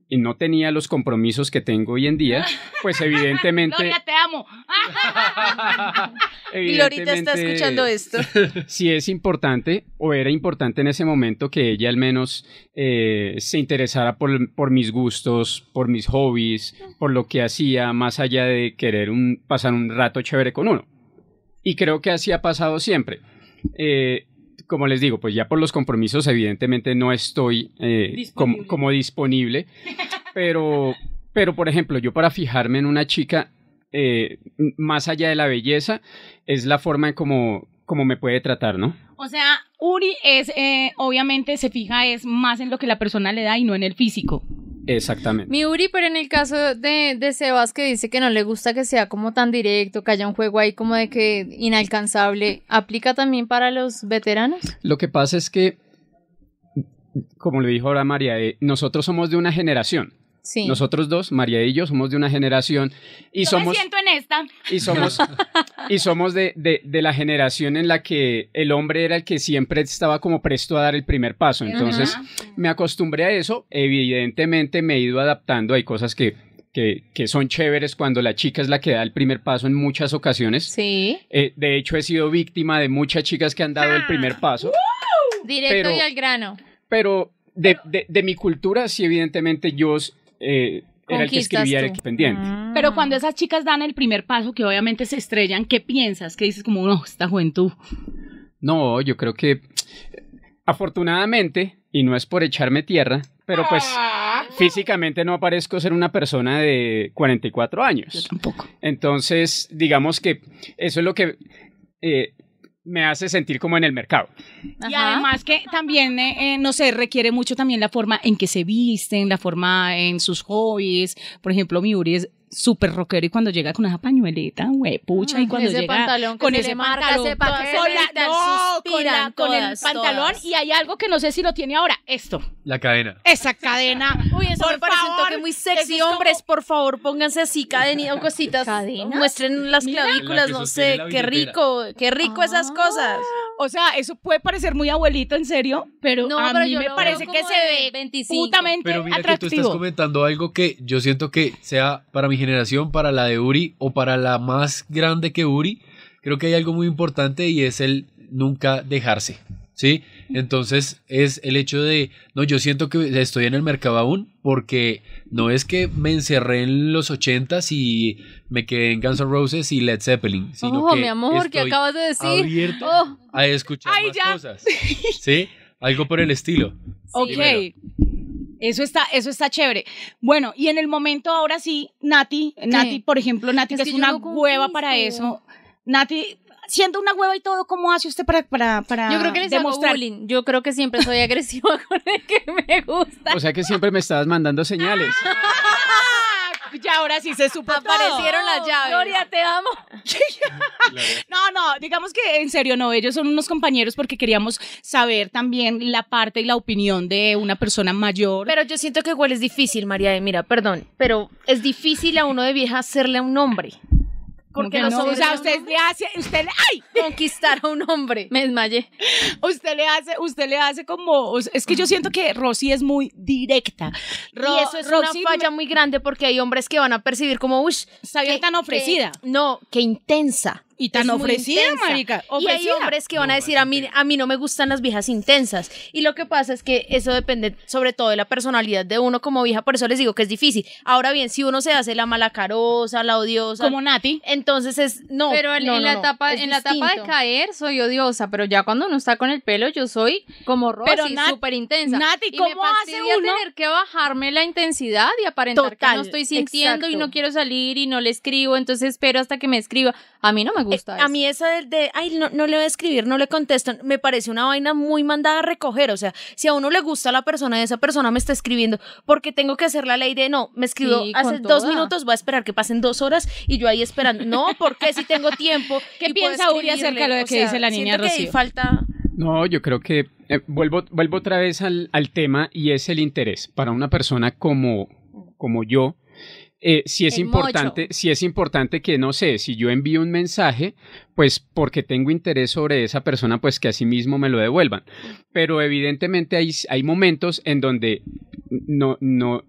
[SPEAKER 7] y no tenía los compromisos que tengo hoy en día, pues evidentemente...
[SPEAKER 2] Gloria, te amo. Ah,
[SPEAKER 4] Y ahorita está
[SPEAKER 7] evidentemente,
[SPEAKER 4] escuchando esto.
[SPEAKER 7] si es importante o era importante en ese momento que ella al menos eh, se interesara por, por mis gustos, por mis hobbies, por lo que hacía, más allá de querer un- pasar un rato chévere con uno. Y creo que así ha pasado siempre. Eh, como les digo, pues ya por los compromisos evidentemente no estoy eh,
[SPEAKER 2] Disponible.
[SPEAKER 7] Como, como disponible, pero, pero por ejemplo, yo para fijarme en una chica, eh, m- más allá de la belleza, es la forma en como, como me puede tratar, ¿no?
[SPEAKER 2] O sea, Uri es, eh, obviamente, se fija es más en lo que la persona le da y no en el físico.
[SPEAKER 7] Exactamente.
[SPEAKER 3] Mi Uri, pero en el caso de, de Sebas que dice que no le gusta que sea como tan directo, que haya un juego ahí como de que inalcanzable, ¿aplica también para los veteranos?
[SPEAKER 7] Lo que pasa es que, como le dijo ahora María, eh, nosotros somos de una generación.
[SPEAKER 3] Sí.
[SPEAKER 7] Nosotros dos, María y yo, somos de una generación y
[SPEAKER 2] Yo
[SPEAKER 7] somos...
[SPEAKER 2] me siento en esta.
[SPEAKER 7] Y somos, y somos de, de- de la generación en la que el hombre era el que siempre estaba como presto a dar el primer paso. Entonces
[SPEAKER 2] Ajá.
[SPEAKER 7] me acostumbré a eso. Evidentemente me he ido adaptando. Hay cosas que, que, que son chéveres cuando la chica es la que da el primer paso en muchas ocasiones.
[SPEAKER 3] Sí.
[SPEAKER 7] Eh, de hecho, he sido víctima de muchas chicas que han dado el
[SPEAKER 3] Ah.
[SPEAKER 7] primer paso.
[SPEAKER 3] Uh. Directo
[SPEAKER 7] Pero-
[SPEAKER 3] y al grano.
[SPEAKER 7] Pero de, de- de mi cultura, sí, evidentemente yo eh, era el que
[SPEAKER 3] Conquistas
[SPEAKER 7] escribía
[SPEAKER 3] tú.
[SPEAKER 7] el pendiente.
[SPEAKER 3] Ah.
[SPEAKER 2] Pero cuando esas chicas dan el primer paso, que obviamente se estrellan, ¿qué piensas? ¿Qué dices como, no, esta juventud?
[SPEAKER 7] No, yo creo que afortunadamente, y no es por echarme tierra, pero pues físicamente no aparezco ser una persona de 44 años.
[SPEAKER 2] Tampoco.
[SPEAKER 7] Entonces, digamos que eso es lo que eh, me hace sentir como en el mercado.
[SPEAKER 2] Y
[SPEAKER 3] Ajá.
[SPEAKER 2] además que también, eh, eh, no sé, requiere mucho también la forma en que se visten, la forma en sus hobbies. Por ejemplo, Miuri es súper rockero y cuando llega con esa pañueleta, güey, pucha, y cuando
[SPEAKER 3] ese
[SPEAKER 2] llega
[SPEAKER 3] pantalón que
[SPEAKER 2] con
[SPEAKER 3] se
[SPEAKER 2] ese
[SPEAKER 3] le marca,
[SPEAKER 2] pantalón,
[SPEAKER 3] sepa que
[SPEAKER 2] todas-
[SPEAKER 3] se
[SPEAKER 2] con
[SPEAKER 3] le
[SPEAKER 2] la-
[SPEAKER 3] quitan,
[SPEAKER 2] no, con,
[SPEAKER 4] suspiran
[SPEAKER 2] la- con
[SPEAKER 4] todas,
[SPEAKER 2] el pantalón
[SPEAKER 4] todas.
[SPEAKER 2] y hay algo que no sé si lo tiene ahora, esto,
[SPEAKER 9] La cadena.
[SPEAKER 2] esa cadena.
[SPEAKER 4] Uy, eso
[SPEAKER 2] Por
[SPEAKER 4] me parece un toque
[SPEAKER 2] favor,
[SPEAKER 4] muy
[SPEAKER 2] eso
[SPEAKER 4] sexy.
[SPEAKER 2] es como-
[SPEAKER 4] Hombres, por favor, pónganse así, cadena o cositas.
[SPEAKER 3] ¿Cadena?
[SPEAKER 4] Muestren las
[SPEAKER 2] Mira.
[SPEAKER 9] La
[SPEAKER 4] clavículas,
[SPEAKER 9] que
[SPEAKER 4] no
[SPEAKER 9] sostiene
[SPEAKER 4] sé.
[SPEAKER 9] la
[SPEAKER 4] Qué
[SPEAKER 9] billetera.
[SPEAKER 4] rico, qué rico esas
[SPEAKER 3] Ah.
[SPEAKER 4] cosas.
[SPEAKER 2] O sea, eso puede parecer muy abuelito, en serio, pero
[SPEAKER 3] No,
[SPEAKER 2] a
[SPEAKER 3] pero
[SPEAKER 2] mí
[SPEAKER 3] yo
[SPEAKER 2] me
[SPEAKER 3] lo
[SPEAKER 2] parece
[SPEAKER 3] veo
[SPEAKER 2] que
[SPEAKER 3] como
[SPEAKER 2] se
[SPEAKER 3] de
[SPEAKER 2] ve
[SPEAKER 3] 25.
[SPEAKER 2] putamente
[SPEAKER 9] Pero mira que tú estás
[SPEAKER 2] atractivo.
[SPEAKER 9] comentando algo que yo siento que sea para mi generación, para la de Uri o para la más grande que Uri, creo que hay algo muy importante y es el nunca dejarse, ¿sí? Entonces es el hecho de, no, yo siento que estoy en el mercado aún porque no es que me encerré en los 80s y me quedé en Guns N' Roses y Led Zeppelin, sino
[SPEAKER 3] Oh,
[SPEAKER 9] que
[SPEAKER 3] mi amor, ¿qué
[SPEAKER 9] estoy
[SPEAKER 3] acabas de decir?
[SPEAKER 9] abierto
[SPEAKER 3] Oh.
[SPEAKER 9] a escuchar
[SPEAKER 2] Ay,
[SPEAKER 9] más
[SPEAKER 2] ya.
[SPEAKER 9] cosas, ¿sí? Algo por el estilo.
[SPEAKER 2] Ok.
[SPEAKER 9] bueno.
[SPEAKER 2] Eso está, eso está chévere. Bueno, y en el momento ahora sí, Nati, Nati, por ejemplo, Nati,
[SPEAKER 3] Es
[SPEAKER 2] que,
[SPEAKER 3] que
[SPEAKER 2] es
[SPEAKER 3] yo
[SPEAKER 2] una
[SPEAKER 3] no conquisto.
[SPEAKER 2] hueva para eso. Nati, siendo una hueva y todo, ¿cómo hace usted para, para, para
[SPEAKER 3] Yo creo que les
[SPEAKER 2] demostrar?
[SPEAKER 3] hago bullying. Yo creo que siempre soy agresiva con el que me gusta.
[SPEAKER 7] O sea que siempre me estabas mandando señales.
[SPEAKER 2] Ya ahora sí se supo
[SPEAKER 4] Aparecieron las llaves.
[SPEAKER 3] Gloria, te amo.
[SPEAKER 2] No, no, digamos que en serio no, ellos son unos compañeros porque queríamos saber también la parte y la opinión de una persona mayor.
[SPEAKER 4] Pero yo siento que igual es difícil, María. de- Mira, perdón, pero es difícil a uno de vieja hacerle a un hombre.
[SPEAKER 2] ¿Cómo
[SPEAKER 4] Porque
[SPEAKER 2] que
[SPEAKER 4] los
[SPEAKER 2] no? o
[SPEAKER 4] hombres
[SPEAKER 2] sea,
[SPEAKER 4] son-
[SPEAKER 2] usted le hace, usted le, ¡ay!
[SPEAKER 4] Conquistar a un hombre.
[SPEAKER 3] Me desmayé.
[SPEAKER 2] Usted le hace, usted le hace como, o sea, es que yo siento que Rosy es muy directa. Ro-
[SPEAKER 4] y eso es
[SPEAKER 2] Rosy
[SPEAKER 4] una falla muy grande porque hay hombres que van a percibir como, uy,
[SPEAKER 2] Está bien tan ofrecida.
[SPEAKER 4] no, qué intensa.
[SPEAKER 2] Y tan
[SPEAKER 4] Es muy
[SPEAKER 2] ofrecida,
[SPEAKER 4] intensa.
[SPEAKER 2] marica,
[SPEAKER 4] Y hay
[SPEAKER 2] ofrecida.
[SPEAKER 4] hombres que van a decir, a mí, a mí no me gustan las viejas intensas. Y lo que pasa es que eso depende sobre todo de la personalidad de uno como vieja, por eso les digo que es difícil. Ahora bien, si uno se hace la malacarosa, la odiosa,
[SPEAKER 2] como Nati.
[SPEAKER 4] entonces es, no,
[SPEAKER 3] Pero en,
[SPEAKER 4] no,
[SPEAKER 3] en
[SPEAKER 4] no,
[SPEAKER 3] la
[SPEAKER 4] no,
[SPEAKER 3] etapa,
[SPEAKER 4] es
[SPEAKER 3] en la etapa de
[SPEAKER 4] distinto.
[SPEAKER 3] caer soy odiosa, pero ya cuando uno está con el pelo yo soy como
[SPEAKER 2] Pero
[SPEAKER 3] Rosy,
[SPEAKER 2] Nat-
[SPEAKER 3] súper intensa.
[SPEAKER 2] Nati,
[SPEAKER 3] y me
[SPEAKER 2] ¿cómo hace
[SPEAKER 3] fastidia
[SPEAKER 2] uno?
[SPEAKER 3] tener que bajarme la intensidad y aparentar que
[SPEAKER 4] Total,
[SPEAKER 3] no estoy sintiendo y no
[SPEAKER 4] exacto.
[SPEAKER 3] quiero salir y no le escribo, entonces espero hasta que me escriba. A mí no me
[SPEAKER 4] Eh,
[SPEAKER 3] gusta eso.
[SPEAKER 4] A mí esa de, de, ay, no, no le voy a escribir, no le contestan, me parece una vaina muy mandada a recoger. O sea, si a uno le gusta la persona, esa persona me está escribiendo, porque tengo que hacer la ley de, no, me escribió
[SPEAKER 3] Sí,
[SPEAKER 4] hace
[SPEAKER 3] con
[SPEAKER 4] dos
[SPEAKER 3] toda.
[SPEAKER 4] minutos, voy a esperar que pasen dos horas y yo ahí esperando. No, porque si tengo tiempo.
[SPEAKER 2] ¿Qué
[SPEAKER 4] y puedo
[SPEAKER 2] piensa Uri
[SPEAKER 4] escribirle.
[SPEAKER 2] acerca de lo
[SPEAKER 4] O
[SPEAKER 2] que
[SPEAKER 4] sea,
[SPEAKER 2] dice la niña
[SPEAKER 4] siento que ahí
[SPEAKER 2] Rocío?
[SPEAKER 4] falta...
[SPEAKER 7] No, yo creo que eh, vuelvo, vuelvo otra vez al, al tema y es el interés. Para una persona como, como yo, eh, si es
[SPEAKER 3] El
[SPEAKER 7] importante, si es importante que, no sé, si yo envío un mensaje, pues porque tengo interés sobre esa persona, pues que asimismo me lo devuelvan. Pero evidentemente hay, hay momentos en donde no, no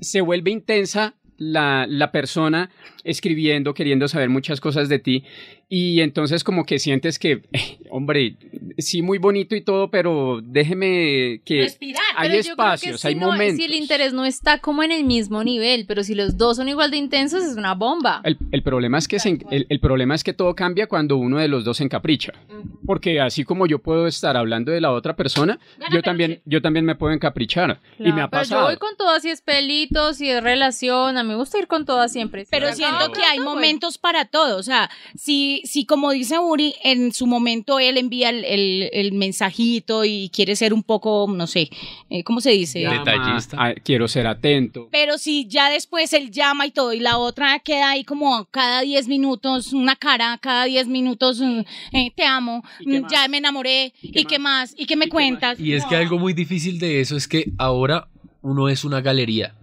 [SPEAKER 7] se vuelve intensa la, la persona escribiendo, queriendo saber muchas cosas de ti, y entonces como que sientes que, eh, hombre, sí muy bonito y todo, pero déjeme que Eh, hay
[SPEAKER 3] Pero yo creo que
[SPEAKER 7] espacios, hay
[SPEAKER 3] si no-
[SPEAKER 7] momentos.
[SPEAKER 3] Si el interés no está como en el mismo nivel, pero si los dos son igual de intensos, es una bomba.
[SPEAKER 7] El, el problema es que se en- el, el problema es que todo cambia cuando uno de los dos se encapricha. Porque así como yo puedo estar hablando de la otra persona, yo también, yo también me puedo encaprichar. y me ha
[SPEAKER 3] Claro, Pero yo
[SPEAKER 7] pasado.
[SPEAKER 3] voy con todo, si es pelitos, si es relación, a mí me gusta ir con todas siempre. Si
[SPEAKER 2] Pero
[SPEAKER 3] me
[SPEAKER 9] Claro.
[SPEAKER 2] siento
[SPEAKER 3] acabo
[SPEAKER 2] que hay
[SPEAKER 3] pronto,
[SPEAKER 2] momentos para todo. O sea, si, si como dice Uri, en su momento él envía el, el- el mensajito y quiere ser un poco, no sé, eh, ¿cómo se dice?
[SPEAKER 9] Ya. Detallista.
[SPEAKER 7] Ah, quiero ser atento.
[SPEAKER 2] Pero si ya después él llama y todo, y la otra queda ahí como cada 10 minutos, una cara, cada 10 minutos, mm, eh, te amo,
[SPEAKER 7] ¿Y qué
[SPEAKER 2] mm,
[SPEAKER 7] más?
[SPEAKER 2] ya me enamoré, ¿y qué, más? ¿Y qué me
[SPEAKER 7] qué más?
[SPEAKER 2] cuentas?
[SPEAKER 9] Y es que algo muy difícil de eso es que ahora uno es una galería.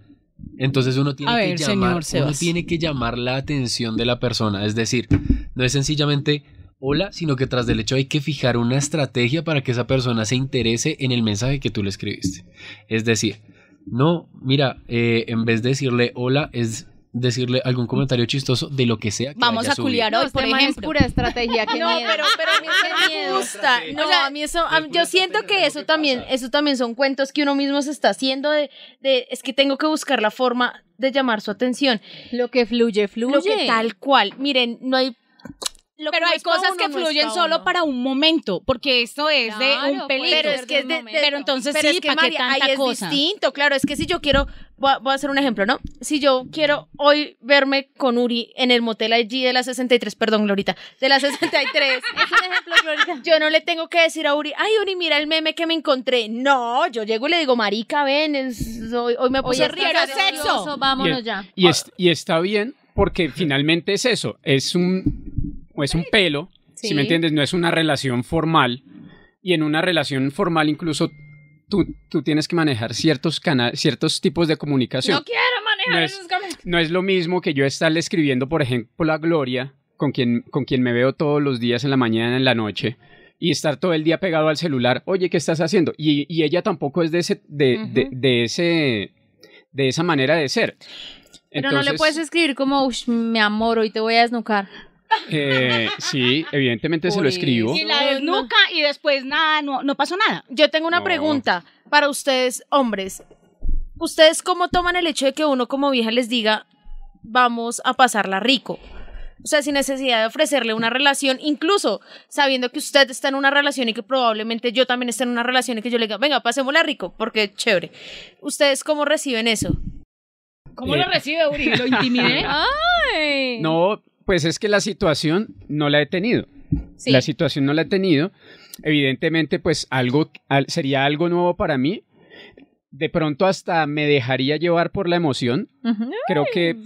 [SPEAKER 9] Entonces uno tiene,
[SPEAKER 2] A
[SPEAKER 9] que
[SPEAKER 2] ver, señor
[SPEAKER 9] llamar,
[SPEAKER 2] Sebas.
[SPEAKER 9] uno tiene que llamar la atención de la persona. Es decir, no es sencillamente hola, sino que tras del hecho hay que fijar una estrategia para que esa persona se interese en el mensaje que tú le escribiste. Es decir, no, mira, eh, en vez de decirle hola, es decirle algún comentario chistoso de lo que sea. que
[SPEAKER 2] Vamos
[SPEAKER 9] haya
[SPEAKER 2] a
[SPEAKER 9] subido.
[SPEAKER 2] culiar
[SPEAKER 3] No,
[SPEAKER 2] hoy,
[SPEAKER 3] este
[SPEAKER 2] por
[SPEAKER 3] man es
[SPEAKER 2] ejemplo.
[SPEAKER 3] pura estrategia que
[SPEAKER 4] No,
[SPEAKER 3] miedo.
[SPEAKER 4] pero, pero a mí eso no me gusta.
[SPEAKER 7] Estrategia.
[SPEAKER 4] No, a mí eso, a mí- yo siento que eso también, eso también son cuentos que uno mismo se está haciendo de, de, es que tengo que buscar la forma de llamar su atención.
[SPEAKER 3] Lo que fluye, fluye.
[SPEAKER 4] Lo que tal cual. Miren, no hay. lo que
[SPEAKER 2] Pero
[SPEAKER 4] no
[SPEAKER 2] hay
[SPEAKER 4] es pa'
[SPEAKER 2] cosas
[SPEAKER 4] uno,
[SPEAKER 2] que
[SPEAKER 4] no es
[SPEAKER 2] fluyen
[SPEAKER 4] pa'
[SPEAKER 2] solo
[SPEAKER 4] uno.
[SPEAKER 2] para un momento, porque esto es de
[SPEAKER 3] Claro,
[SPEAKER 2] un
[SPEAKER 3] puede
[SPEAKER 2] peligro.
[SPEAKER 4] Pero es que es de- de-
[SPEAKER 2] pues, Pero entonces
[SPEAKER 4] Pero
[SPEAKER 2] sí,
[SPEAKER 4] es que,
[SPEAKER 2] ¿pa' qué
[SPEAKER 4] María,
[SPEAKER 2] tanta
[SPEAKER 4] ahí es
[SPEAKER 2] cosa?
[SPEAKER 4] distinto, claro. Es que si yo quiero, voy a, voy a hacer un ejemplo, ¿no? Si yo quiero hoy verme con Uri en el motel allí de la 63, perdón, Glorita, de la 63.
[SPEAKER 3] Es un ejemplo, Florita.
[SPEAKER 4] Yo no le tengo que decir a Uri, ay, Uri, mira el meme que me encontré. No, yo llego y le digo, marica, ven, es- hoy, hoy me puse
[SPEAKER 3] Oye,
[SPEAKER 4] rica.
[SPEAKER 2] pero
[SPEAKER 3] Ricardo,
[SPEAKER 2] sexo.
[SPEAKER 3] Dios, Vámonos ya.
[SPEAKER 7] Y, es- y está bien porque finalmente es eso, es un, es un pelo, si
[SPEAKER 3] Sí.
[SPEAKER 7] me entiendes, no es una relación formal. Y en una relación formal incluso tú, tú tienes que manejar ciertos, cana- ciertos tipos de comunicación.
[SPEAKER 3] No quiero manejar
[SPEAKER 7] No es-
[SPEAKER 3] esos caminos.
[SPEAKER 7] No es lo mismo que yo estarle escribiendo, por ejemplo, a Gloria, con quien, con quien me veo todos los días en la mañana, en la noche, y estar todo el día pegado al celular, oye, ¿qué estás haciendo? Y, y ella tampoco es de ese, de, de, de ese, de esa manera de ser.
[SPEAKER 3] Pero no le
[SPEAKER 7] Entonces,
[SPEAKER 3] puedes escribir como, "Ush, mi amor, hoy te voy a desnucar.
[SPEAKER 7] eh, sí, evidentemente se
[SPEAKER 3] Por
[SPEAKER 7] lo escribo.
[SPEAKER 2] Y la desnuca y después nada, no, no pasó nada.
[SPEAKER 4] Yo tengo una
[SPEAKER 7] No.
[SPEAKER 4] pregunta para ustedes, hombres. ¿Ustedes cómo toman el hecho de que uno como vieja les diga, vamos a pasarla rico? O sea, sin necesidad de ofrecerle una relación, incluso sabiendo que usted está en una relación y que probablemente yo también esté en una relación y que yo le diga, venga, pasémosla rico, porque chévere. ¿Ustedes cómo reciben eso?
[SPEAKER 2] ¿Cómo
[SPEAKER 7] Eh.
[SPEAKER 2] lo recibe Uri? ¿Lo intimidé?
[SPEAKER 3] Ay.
[SPEAKER 7] No, pues es que la situación no la he tenido.
[SPEAKER 3] Sí.
[SPEAKER 7] La situación no la he tenido. Evidentemente, pues algo al- sería algo nuevo para mí. De pronto hasta me dejaría llevar por la emoción.
[SPEAKER 3] Ujú.
[SPEAKER 7] Creo que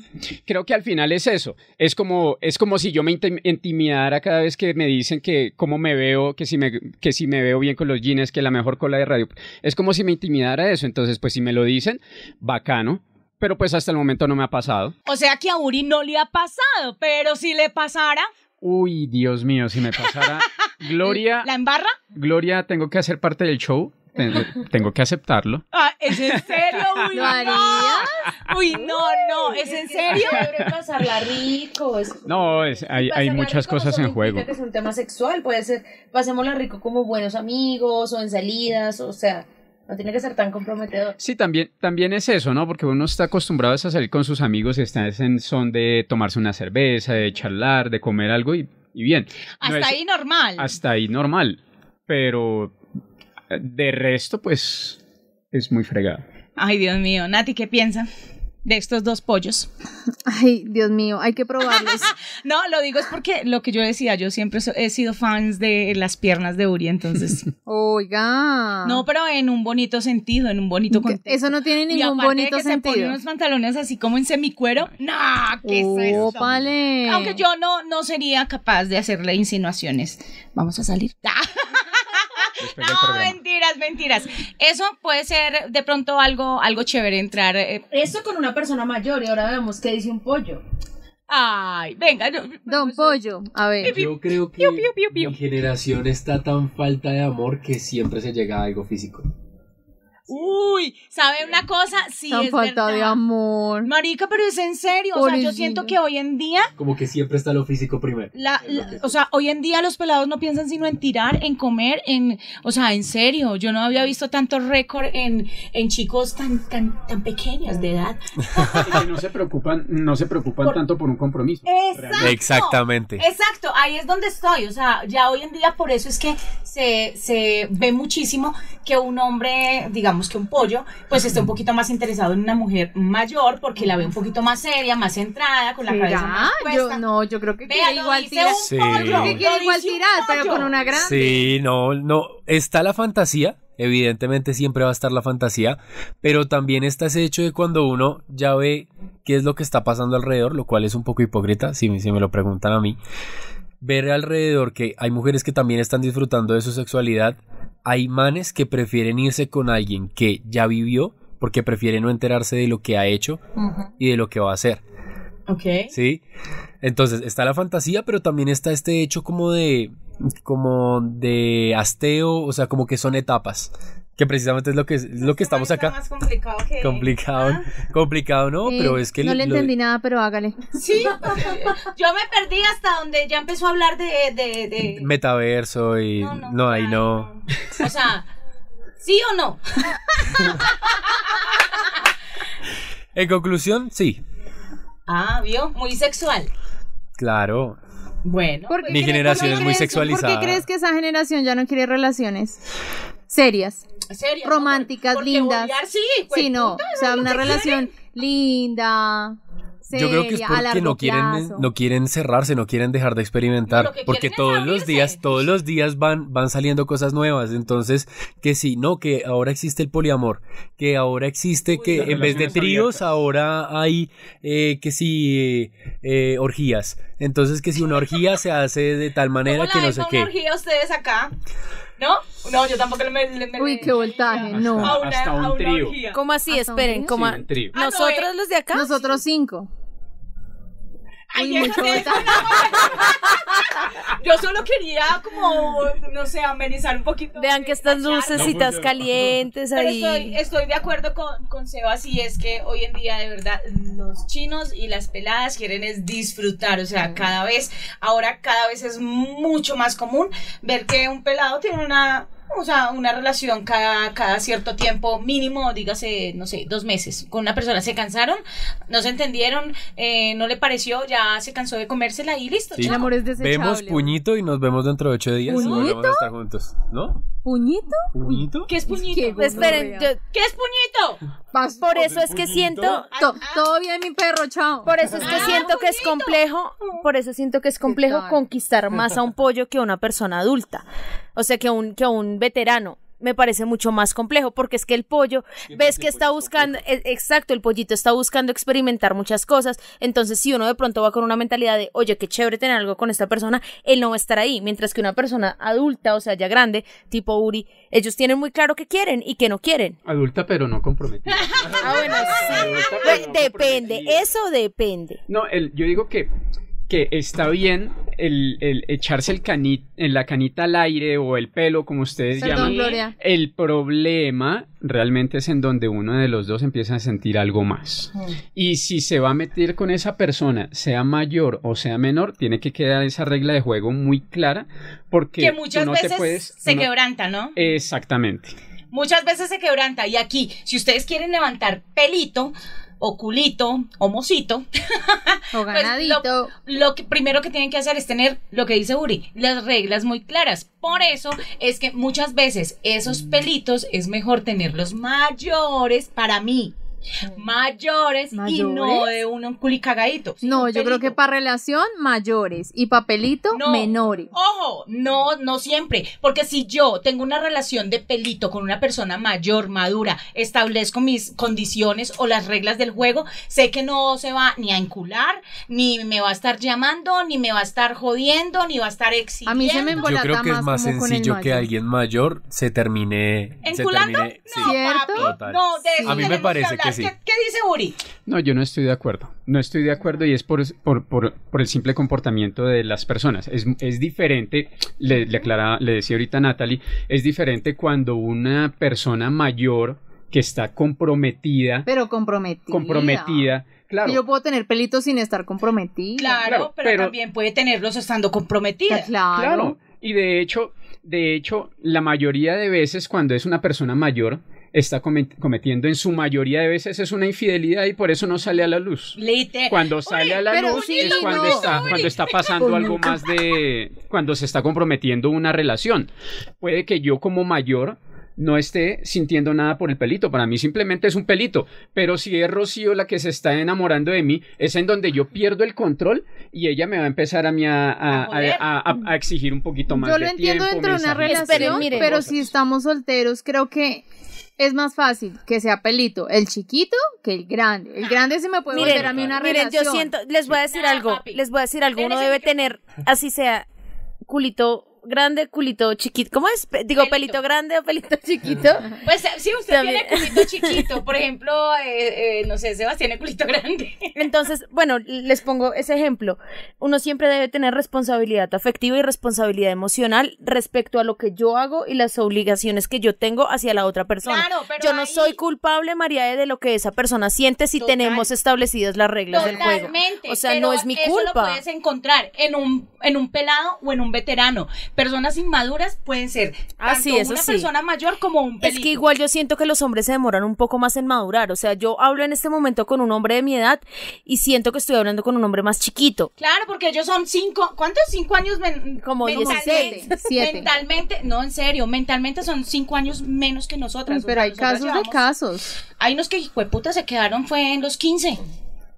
[SPEAKER 7] creo que al final es eso. Es como es como si yo me intim- intimidara cada vez que me dicen que cómo me veo, que si me que si me veo bien con los jeans, que la mejor cola de radio. Es como si me intimidara eso. Entonces, pues si me lo dicen, bacano. Pero pues hasta el momento no me ha pasado.
[SPEAKER 2] O sea que a Uri no le ha pasado, pero si le pasara,
[SPEAKER 7] Uy, Dios mío, si me pasara. Gloria,
[SPEAKER 2] ¿la embarra?
[SPEAKER 7] Gloria, tengo que hacer parte del show. Ten- Tengo que aceptarlo.
[SPEAKER 2] Ah, ¿Es en serio, Uri?
[SPEAKER 3] ¿Lo haría?
[SPEAKER 2] No. Uy, no, no, ¿es en serio?
[SPEAKER 4] pasarla rico.
[SPEAKER 7] No, es- hay, hay muchas cosas en juego.
[SPEAKER 4] es un tema sexual, puede ser, pasémosla rico como buenos amigos o en salidas, o sea, no tiene que ser tan comprometedor.
[SPEAKER 7] Sí, también, también es eso, ¿no? Porque uno está acostumbrado a salir con sus amigos, está en son de tomarse una cerveza, de charlar, de comer algo y, y bien. No
[SPEAKER 2] Hasta
[SPEAKER 7] es-
[SPEAKER 2] ahí normal.
[SPEAKER 7] Hasta ahí normal. Pero eh, de resto, pues es muy fregado.
[SPEAKER 2] Ay, Dios mío. Nati, ¿qué piensa de estos dos pollos?
[SPEAKER 3] Ay, Dios mío, hay que probarlos.
[SPEAKER 2] No, lo digo es porque lo que yo decía, yo siempre so- he sido fans de las piernas de Uri, entonces.
[SPEAKER 3] Oiga.
[SPEAKER 2] No, pero en un bonito sentido, en un bonito contexto.
[SPEAKER 3] Ah. Eso no tiene
[SPEAKER 2] y
[SPEAKER 3] ningún
[SPEAKER 2] aparte de
[SPEAKER 3] bonito
[SPEAKER 2] que se pone
[SPEAKER 3] sentido.
[SPEAKER 2] unos pantalones así como en semicuero. No, ¿qué es eso?
[SPEAKER 3] Ópale.
[SPEAKER 2] Aunque yo no, no sería capaz de hacerle insinuaciones. Vamos a salir.
[SPEAKER 7] Después del
[SPEAKER 2] No,
[SPEAKER 7] programa.
[SPEAKER 2] mentiras, mentiras. Eso puede ser de pronto algo, algo chévere entrar. eh,
[SPEAKER 4] Eso con una persona mayor y ahora vemos que dice un pollo.
[SPEAKER 2] Ay, venga. no,
[SPEAKER 3] Don Pollo, a ver.
[SPEAKER 9] Yo creo que
[SPEAKER 2] Piu, piu, piu, piu.
[SPEAKER 9] mi generación está tan falta de amor que siempre se llega a algo físico.
[SPEAKER 2] Uy, ¿sabe una cosa? Sí,
[SPEAKER 3] tan
[SPEAKER 2] es
[SPEAKER 3] falta
[SPEAKER 2] verdad.
[SPEAKER 3] de amor.
[SPEAKER 2] Marica, pero es en serio. O sea, yo
[SPEAKER 3] Pobrecito.
[SPEAKER 2] siento que hoy en día,
[SPEAKER 9] Como que siempre está lo físico primero.
[SPEAKER 2] la,
[SPEAKER 9] Es lo que-
[SPEAKER 2] la- o sea, hoy en día los pelados no piensan sino en tirar, en comer, en, o sea, en serio. Yo no había visto tanto récord en, en chicos tan, tan, tan pequeños de edad.
[SPEAKER 7] Y que no se preocupan, no se preocupan tanto por un compromiso.
[SPEAKER 2] Exacto.
[SPEAKER 9] Exactamente.
[SPEAKER 2] Exacto, ahí es donde estoy. O sea, ya hoy en día por eso es que se, se ve muchísimo que un hombre, digamos que un pollo, pues esté un poquito más interesado en una mujer mayor porque la ve un poquito más seria, más centrada, con la cabeza más
[SPEAKER 3] ¿Será?
[SPEAKER 2] puesta.
[SPEAKER 3] Yo, no, yo creo que
[SPEAKER 2] Vea,
[SPEAKER 3] quiere
[SPEAKER 2] lo
[SPEAKER 3] igual
[SPEAKER 2] dice
[SPEAKER 3] tirar.
[SPEAKER 2] un
[SPEAKER 9] Sí.
[SPEAKER 2] pollo,
[SPEAKER 9] Yo creo que
[SPEAKER 3] Que
[SPEAKER 2] lo
[SPEAKER 3] quiere igual
[SPEAKER 2] dice un
[SPEAKER 3] tirar, pero
[SPEAKER 2] pollo.
[SPEAKER 3] con una grande.
[SPEAKER 9] Sí, no, no. Está la fantasía, evidentemente siempre va a estar la fantasía, pero también está ese hecho de cuando uno ya ve qué es lo que está pasando alrededor, lo cual es un poco hipócrita, si, me- si me lo preguntan a mí. Ver alrededor que hay mujeres que también están disfrutando de su sexualidad, hay manes que prefieren irse con alguien que ya vivió porque prefieren no enterarse de lo que ha hecho
[SPEAKER 2] Ujú,
[SPEAKER 9] y de lo que va a hacer.
[SPEAKER 2] Ok.
[SPEAKER 9] ¿Sí? Entonces, está la fantasía, pero también está este hecho como de. como de asteo, o sea, como que son etapas. Que precisamente es lo que, es lo que estamos
[SPEAKER 2] Está
[SPEAKER 9] acá.
[SPEAKER 2] más complicado que-
[SPEAKER 9] Complicado,
[SPEAKER 2] Ah,
[SPEAKER 9] complicado, ¿no?
[SPEAKER 3] Eh,
[SPEAKER 9] Pero es que
[SPEAKER 3] no le
[SPEAKER 9] lo-
[SPEAKER 3] entendí nada, pero hágale.
[SPEAKER 2] Sí, yo me perdí hasta donde ya empezó a hablar de- de- de,
[SPEAKER 9] metaverso y. No, ahí
[SPEAKER 2] ay,
[SPEAKER 9] no.
[SPEAKER 2] O sea, ¿sí o no?
[SPEAKER 9] En conclusión, sí.
[SPEAKER 2] Ah, vio, muy sexual.
[SPEAKER 9] Claro.
[SPEAKER 2] Bueno.
[SPEAKER 3] ¿Por qué
[SPEAKER 9] Mi
[SPEAKER 3] crees- por
[SPEAKER 9] generación
[SPEAKER 3] qué
[SPEAKER 9] es muy
[SPEAKER 3] crees- ¿Por
[SPEAKER 9] sexualizada.
[SPEAKER 3] qué crees que esa generación ya no quiere relaciones serias?
[SPEAKER 2] pues, serio, ¿no?
[SPEAKER 3] Románticas,
[SPEAKER 2] Porque
[SPEAKER 3] lindas.
[SPEAKER 2] bolear sí, pues, güey.
[SPEAKER 3] Sí, no. O sea, una relación linda, seria,
[SPEAKER 9] Yo creo que es
[SPEAKER 3] a
[SPEAKER 9] porque
[SPEAKER 3] largo
[SPEAKER 9] no quieren,
[SPEAKER 3] plazo.
[SPEAKER 9] no quieren cerrarse, no quieren dejar de experimentar.
[SPEAKER 2] No, lo que
[SPEAKER 9] porque
[SPEAKER 2] quieren es
[SPEAKER 9] todos los
[SPEAKER 2] abrirse.
[SPEAKER 9] días, todos los días van, van saliendo cosas nuevas. Entonces, que sí, no, que ahora existe el poliamor, que ahora existe
[SPEAKER 7] las
[SPEAKER 9] que en vez de
[SPEAKER 7] relaciones
[SPEAKER 9] tríos,
[SPEAKER 7] abiertas.
[SPEAKER 9] ahora hay eh, que sí eh, eh, orgías. Entonces, que si una orgía se hace de tal manera
[SPEAKER 2] ¿Cómo
[SPEAKER 9] que
[SPEAKER 2] la
[SPEAKER 9] no
[SPEAKER 2] ven
[SPEAKER 9] sé
[SPEAKER 2] con
[SPEAKER 9] qué.
[SPEAKER 2] una orgía ustedes acá? ¿No? No, yo tampoco le- me, me-
[SPEAKER 3] Uy, qué voltaje, no.
[SPEAKER 2] a una-
[SPEAKER 7] Hasta un
[SPEAKER 2] a una
[SPEAKER 7] trío.
[SPEAKER 2] orgía.
[SPEAKER 4] ¿Cómo así?
[SPEAKER 3] ¿Hasta un
[SPEAKER 4] Esperen,
[SPEAKER 3] trío?
[SPEAKER 4] ¿cómo?
[SPEAKER 7] Sí, un trío.
[SPEAKER 2] no,
[SPEAKER 4] ¿Nosotros
[SPEAKER 2] eh.
[SPEAKER 4] los de acá?
[SPEAKER 3] Nosotros cinco.
[SPEAKER 2] Ay,
[SPEAKER 3] Uy,
[SPEAKER 2] eso
[SPEAKER 3] mucho
[SPEAKER 2] sí.
[SPEAKER 3] voltaje.
[SPEAKER 2] Yo solo quería como, no sé, amenizar un poquito.
[SPEAKER 4] Vean que estas
[SPEAKER 2] Bachata.
[SPEAKER 4] lucecitas
[SPEAKER 7] funciona.
[SPEAKER 4] calientes
[SPEAKER 2] Pero
[SPEAKER 4] ahí.
[SPEAKER 2] estoy, estoy de acuerdo con, con Sebas y es que hoy en día de verdad los chinos y las peladas quieren es disfrutar, o sea, cada vez, ahora cada vez es mucho más común ver que un pelado tiene una O sea, una relación cada, cada cierto tiempo mínimo, dígase, no sé, dos meses con una persona. ¿Se cansaron? ¿No se entendieron? Eh, ¿No le pareció? ¿Ya se cansó de comérsela y listo?
[SPEAKER 9] Sí.
[SPEAKER 2] chao.
[SPEAKER 10] El amor es desechable.
[SPEAKER 9] Vemos puñito y nos vemos dentro de ocho días y volvemos a
[SPEAKER 10] ¿Puñito?
[SPEAKER 9] estar juntos. ¿No?
[SPEAKER 10] ¿Puñito?
[SPEAKER 9] ¿Puñito?
[SPEAKER 2] ¿Qué es
[SPEAKER 10] Qué
[SPEAKER 2] puñito?
[SPEAKER 10] güey.
[SPEAKER 4] Esperen,
[SPEAKER 10] Gonorrea.
[SPEAKER 4] yo-
[SPEAKER 2] ¿Qué es puñito?
[SPEAKER 10] Paso.
[SPEAKER 4] por eso es que siento,
[SPEAKER 10] To- todo bien, mi perro, chao.
[SPEAKER 4] por eso es que
[SPEAKER 2] Ah,
[SPEAKER 4] siento que es complejo, por eso siento que es complejo
[SPEAKER 10] tal?
[SPEAKER 4] conquistar más a un pollo que a una persona adulta, o sea, que a un, que a un veterano. Me parece mucho más complejo porque es que el pollo, ves que está buscando, e- exacto, el pollito está buscando experimentar muchas cosas. Entonces, si uno de pronto va con una mentalidad de, oye, qué chévere tener algo con esta persona, él no va a estar ahí. Mientras que una persona adulta, o sea, ya grande, tipo Uri, ellos tienen muy claro qué quieren y qué no quieren.
[SPEAKER 7] Adulta pero no comprometida.
[SPEAKER 4] Ah, bueno, sí. Pues, depende, eso depende.
[SPEAKER 7] No, el- yo digo que, que está bien el, el echarse el cani- en la canita al aire o el pelo, como ustedes
[SPEAKER 3] Perdón,
[SPEAKER 7] llaman.
[SPEAKER 3] Gloria.
[SPEAKER 7] El problema realmente es en donde uno de los dos empieza a sentir algo más. Y si se va a meter con esa persona, sea mayor o sea menor, tiene que quedar esa regla de juego muy clara porque
[SPEAKER 2] Que
[SPEAKER 7] tú
[SPEAKER 2] muchas
[SPEAKER 7] no
[SPEAKER 2] veces
[SPEAKER 7] te puedes,
[SPEAKER 2] se
[SPEAKER 7] no-
[SPEAKER 2] quebranta, ¿no?
[SPEAKER 7] Exactamente.
[SPEAKER 2] Muchas veces se quebranta. Y aquí, si ustedes quieren levantar pelito o culito o mocito, Pues,
[SPEAKER 3] O ganadito.
[SPEAKER 2] lo que primero que tienen que hacer es tener lo que dice Uri, las reglas muy claras. Por eso es que muchas veces esos
[SPEAKER 3] Mm.
[SPEAKER 2] pelitos es mejor tenerlos mayores para mí.
[SPEAKER 3] Mm.
[SPEAKER 2] Mayores, y no
[SPEAKER 10] ¿Mayores?
[SPEAKER 2] de un culicagadito. sino
[SPEAKER 3] No,
[SPEAKER 2] un
[SPEAKER 3] yo creo que
[SPEAKER 2] pelito.
[SPEAKER 3] para relación, mayores. Y papelito,
[SPEAKER 2] No.
[SPEAKER 3] menores.
[SPEAKER 2] Ojo, no, no siempre, porque si yo tengo una relación de pelito con una persona mayor, madura, establezco mis condiciones o las reglas del juego, sé que no se va ni a encular, ni me va a estar llamando, ni me va a estar jodiendo, ni va a estar exigiendo.
[SPEAKER 3] A mí se me
[SPEAKER 9] Yo
[SPEAKER 3] embolata
[SPEAKER 9] creo que es más
[SPEAKER 3] como con el
[SPEAKER 9] sencillo que
[SPEAKER 3] mayor.
[SPEAKER 9] alguien mayor se termine. Se
[SPEAKER 2] ¿Enculando?
[SPEAKER 9] termine sí.
[SPEAKER 2] No,
[SPEAKER 3] ¿Cierto?
[SPEAKER 2] papi,
[SPEAKER 9] Total.
[SPEAKER 2] no, de eso
[SPEAKER 9] A mí me
[SPEAKER 2] tenemos que
[SPEAKER 9] parece
[SPEAKER 2] hablar.
[SPEAKER 9] que sí.
[SPEAKER 2] ¿Qué, qué dice Uri?
[SPEAKER 7] No, yo no estoy de acuerdo. No estoy de acuerdo y es por, por, por- por el simple comportamiento de las personas. Es, es diferente, le, le, aclaraba- le decía ahorita a Natalie, es diferente cuando una persona mayor que está comprometida,
[SPEAKER 3] Pero comprometida.
[SPEAKER 7] comprometida, claro,
[SPEAKER 3] Yo puedo tener pelitos sin estar comprometida.
[SPEAKER 2] Claro,
[SPEAKER 7] claro,
[SPEAKER 2] pero,
[SPEAKER 7] pero-
[SPEAKER 2] también puede tenerlos estando comprometida.
[SPEAKER 3] Está Claro.
[SPEAKER 7] Claro. Y de hecho, de hecho, la mayoría de veces cuando es una persona mayor, está comet- cometiendo en su mayoría de veces es una infidelidad y por eso no sale a la luz.
[SPEAKER 2] Liter-
[SPEAKER 7] Cuando sale a la
[SPEAKER 3] pero
[SPEAKER 7] luz
[SPEAKER 3] Uri,
[SPEAKER 7] es cuando
[SPEAKER 3] no,
[SPEAKER 7] está,
[SPEAKER 3] Uri.
[SPEAKER 7] cuando está pasando algo más de... cuando se está comprometiendo una relación. Puede que yo como mayor no esté sintiendo nada por el pelito, para mí simplemente es un pelito, pero si es Rocío la que se está enamorando de mí, es en donde yo pierdo el control y ella me va a empezar a mí a, a-
[SPEAKER 2] A joder.
[SPEAKER 7] a- a- a- a exigir un poquito más
[SPEAKER 3] Yo
[SPEAKER 7] de
[SPEAKER 3] lo entiendo
[SPEAKER 7] tiempo,
[SPEAKER 3] dentro de una
[SPEAKER 7] mensajes,
[SPEAKER 3] relación,
[SPEAKER 4] Esperen, miren.
[SPEAKER 3] pero
[SPEAKER 7] cosas.
[SPEAKER 3] si estamos solteros, creo que es más fácil que sea pelito el chiquito que el grande. El grande se me puede
[SPEAKER 4] Miren,
[SPEAKER 3] volver a mí una
[SPEAKER 4] Miren,
[SPEAKER 3] relación.
[SPEAKER 4] yo siento, les voy a decir
[SPEAKER 2] Nada,
[SPEAKER 4] algo,
[SPEAKER 2] papi.
[SPEAKER 4] les voy a decir algo, uno
[SPEAKER 2] Eres el
[SPEAKER 4] debe
[SPEAKER 2] que-
[SPEAKER 4] tener, así sea, culito grande, culito chiquito, ¿cómo es? Pe- Digo,
[SPEAKER 2] Pelito.
[SPEAKER 4] pelito grande o pelito chiquito.
[SPEAKER 2] Pues eh, si usted
[SPEAKER 4] También.
[SPEAKER 2] tiene culito chiquito, por ejemplo, eh, eh, no sé, Sebastián tiene culito grande.
[SPEAKER 4] Entonces, bueno, les pongo ese ejemplo. Uno siempre debe tener responsabilidad afectiva y responsabilidad emocional respecto a lo que yo hago y las obligaciones que yo tengo hacia la otra persona.
[SPEAKER 2] Claro, pero
[SPEAKER 4] yo no
[SPEAKER 2] ahí-
[SPEAKER 4] soy culpable, María, de lo que esa persona siente si
[SPEAKER 2] Total.
[SPEAKER 4] tenemos establecidas las reglas del juego.
[SPEAKER 2] Totalmente.
[SPEAKER 4] O sea,
[SPEAKER 2] pero
[SPEAKER 4] no es mi
[SPEAKER 2] eso lo
[SPEAKER 4] culpa.
[SPEAKER 2] puedes encontrar en un, en un pelado o en un veterano. Personas inmaduras pueden ser tanto
[SPEAKER 4] Ah, sí, eso
[SPEAKER 2] una
[SPEAKER 4] sí.
[SPEAKER 2] persona mayor como un pelito.
[SPEAKER 4] Es que igual yo siento que los hombres se demoran un poco más en madurar. O sea, yo hablo en este momento con un hombre de mi edad y siento que estoy hablando con un hombre más chiquito.
[SPEAKER 2] Claro, porque ellos son cinco, ¿cuántos? Cinco años men-
[SPEAKER 4] Como
[SPEAKER 2] mentalmente.
[SPEAKER 3] 17, siete.
[SPEAKER 2] Mentalmente, no, en serio, mentalmente son cinco años menos que
[SPEAKER 4] Mm,
[SPEAKER 2] nosotras.
[SPEAKER 3] Uy,
[SPEAKER 2] o
[SPEAKER 3] Pero
[SPEAKER 2] sea,
[SPEAKER 3] hay
[SPEAKER 2] nosotras
[SPEAKER 3] casos de
[SPEAKER 2] llevamos-
[SPEAKER 3] casos.
[SPEAKER 2] Hay unos que hijueputa se quedaron fue en los 15,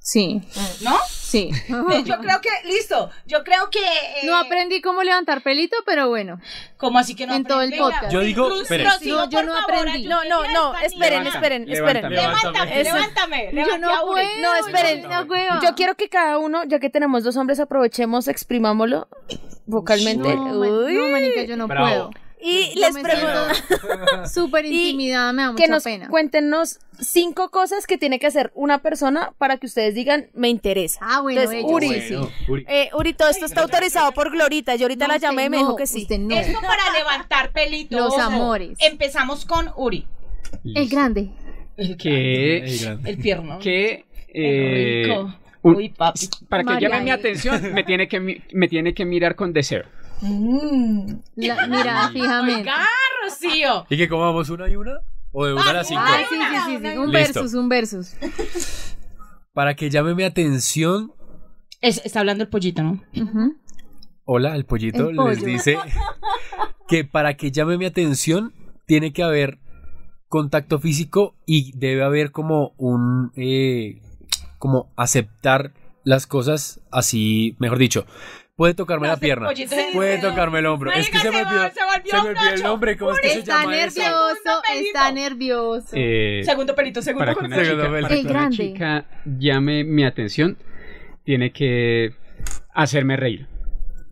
[SPEAKER 3] Sí,
[SPEAKER 2] ¿no?
[SPEAKER 3] sí.
[SPEAKER 2] Entonces, yo creo que, listo, yo creo que... eh,
[SPEAKER 3] No aprendí cómo levantar pelito, pero bueno.
[SPEAKER 2] Como así que no
[SPEAKER 3] En todo el
[SPEAKER 2] aprendí?
[SPEAKER 3] podcast.
[SPEAKER 9] Yo digo,
[SPEAKER 2] Cruz,
[SPEAKER 9] espere.
[SPEAKER 2] Rocío,
[SPEAKER 3] No, yo
[SPEAKER 2] por
[SPEAKER 3] no
[SPEAKER 2] favor,
[SPEAKER 3] aprendí.
[SPEAKER 2] ayúdame
[SPEAKER 4] No, no,
[SPEAKER 2] a
[SPEAKER 4] no,
[SPEAKER 2] España.
[SPEAKER 4] esperen,
[SPEAKER 7] Levanta,
[SPEAKER 4] esperen, esperen.
[SPEAKER 7] levanta.
[SPEAKER 2] Levántame,
[SPEAKER 4] Eso.
[SPEAKER 2] levántame,
[SPEAKER 3] Yo
[SPEAKER 2] levántame,
[SPEAKER 3] no
[SPEAKER 2] Uri.
[SPEAKER 3] puedo.
[SPEAKER 4] No, esperen.
[SPEAKER 3] yo no puedo.
[SPEAKER 4] Yo quiero que cada uno, ya que tenemos dos hombres, aprovechemos, exprimámoslo vocalmente.
[SPEAKER 3] No, man-
[SPEAKER 4] Uy.
[SPEAKER 3] no, manica, yo no
[SPEAKER 9] Bravo.
[SPEAKER 3] puedo.
[SPEAKER 4] y
[SPEAKER 3] Yo
[SPEAKER 4] les
[SPEAKER 3] me
[SPEAKER 4] pregunto
[SPEAKER 3] siento Súper
[SPEAKER 4] Y
[SPEAKER 3] intimidada, me da mucha
[SPEAKER 4] que nos
[SPEAKER 3] pena.
[SPEAKER 4] cuéntenos cinco cosas que tiene que hacer una persona para que ustedes digan me interesa.
[SPEAKER 3] Ah, bueno,
[SPEAKER 4] Entonces,
[SPEAKER 3] ellos,
[SPEAKER 4] Uri,
[SPEAKER 3] sí, sí.
[SPEAKER 9] Uri,
[SPEAKER 4] eh, Uri, todo esto está autorizado por Glorita. Yo ahorita
[SPEAKER 3] No,
[SPEAKER 4] la
[SPEAKER 3] usted
[SPEAKER 4] llamé y me dijo
[SPEAKER 3] no,
[SPEAKER 4] que sí.
[SPEAKER 3] usted no.
[SPEAKER 2] Esto para levantar pelitos.
[SPEAKER 3] Los amores.
[SPEAKER 2] Empezamos con Uri.
[SPEAKER 3] El grande.
[SPEAKER 7] que,
[SPEAKER 9] el grande.
[SPEAKER 2] El pierno.
[SPEAKER 7] que, eh,
[SPEAKER 2] rico.
[SPEAKER 7] un-
[SPEAKER 2] Uy, papi.
[SPEAKER 7] para que
[SPEAKER 3] María,
[SPEAKER 7] llame mi
[SPEAKER 3] eh.
[SPEAKER 7] atención, me tiene que, mi- me tiene que mirar con deseo.
[SPEAKER 10] Mm, la mirada
[SPEAKER 4] Oh
[SPEAKER 10] fijamente.
[SPEAKER 2] Oiga, Rocío.
[SPEAKER 9] ¿Y que comamos una y una? ¿O de una a las cinco?
[SPEAKER 10] Ay, Ah, sí, sí, sí, sí, Un
[SPEAKER 9] Listo.
[SPEAKER 10] versus, un versus.
[SPEAKER 9] Para que llame mi atención,
[SPEAKER 2] Es- está hablando el pollito, ¿no?
[SPEAKER 10] Ujú.
[SPEAKER 9] hola, el pollito
[SPEAKER 10] El
[SPEAKER 9] les
[SPEAKER 10] pollo.
[SPEAKER 9] dice que para que llame mi atención tiene que haber contacto físico y debe haber como un... eh, como aceptar las cosas así, mejor dicho. Puede tocarme la pierna.
[SPEAKER 2] pollito se-
[SPEAKER 9] Puede
[SPEAKER 2] se-
[SPEAKER 9] tocarme el hombro. Es que
[SPEAKER 2] Marica,
[SPEAKER 9] se me
[SPEAKER 2] se va-
[SPEAKER 9] olvidó,
[SPEAKER 2] se volvió
[SPEAKER 9] se me
[SPEAKER 2] un
[SPEAKER 9] olvidó el
[SPEAKER 2] ocho.
[SPEAKER 9] nombre. ¿Cómo es que se
[SPEAKER 10] Está
[SPEAKER 9] llama eso?
[SPEAKER 10] nervioso,
[SPEAKER 2] pelito.
[SPEAKER 10] está nervioso.
[SPEAKER 7] Eh,
[SPEAKER 2] Segundo pelito, segundo
[SPEAKER 7] para que una,
[SPEAKER 9] Segundo
[SPEAKER 7] chica,
[SPEAKER 9] pelito.
[SPEAKER 7] para que
[SPEAKER 10] El
[SPEAKER 7] una
[SPEAKER 10] grande.
[SPEAKER 7] chica llame mi atención, tiene que hacerme reír.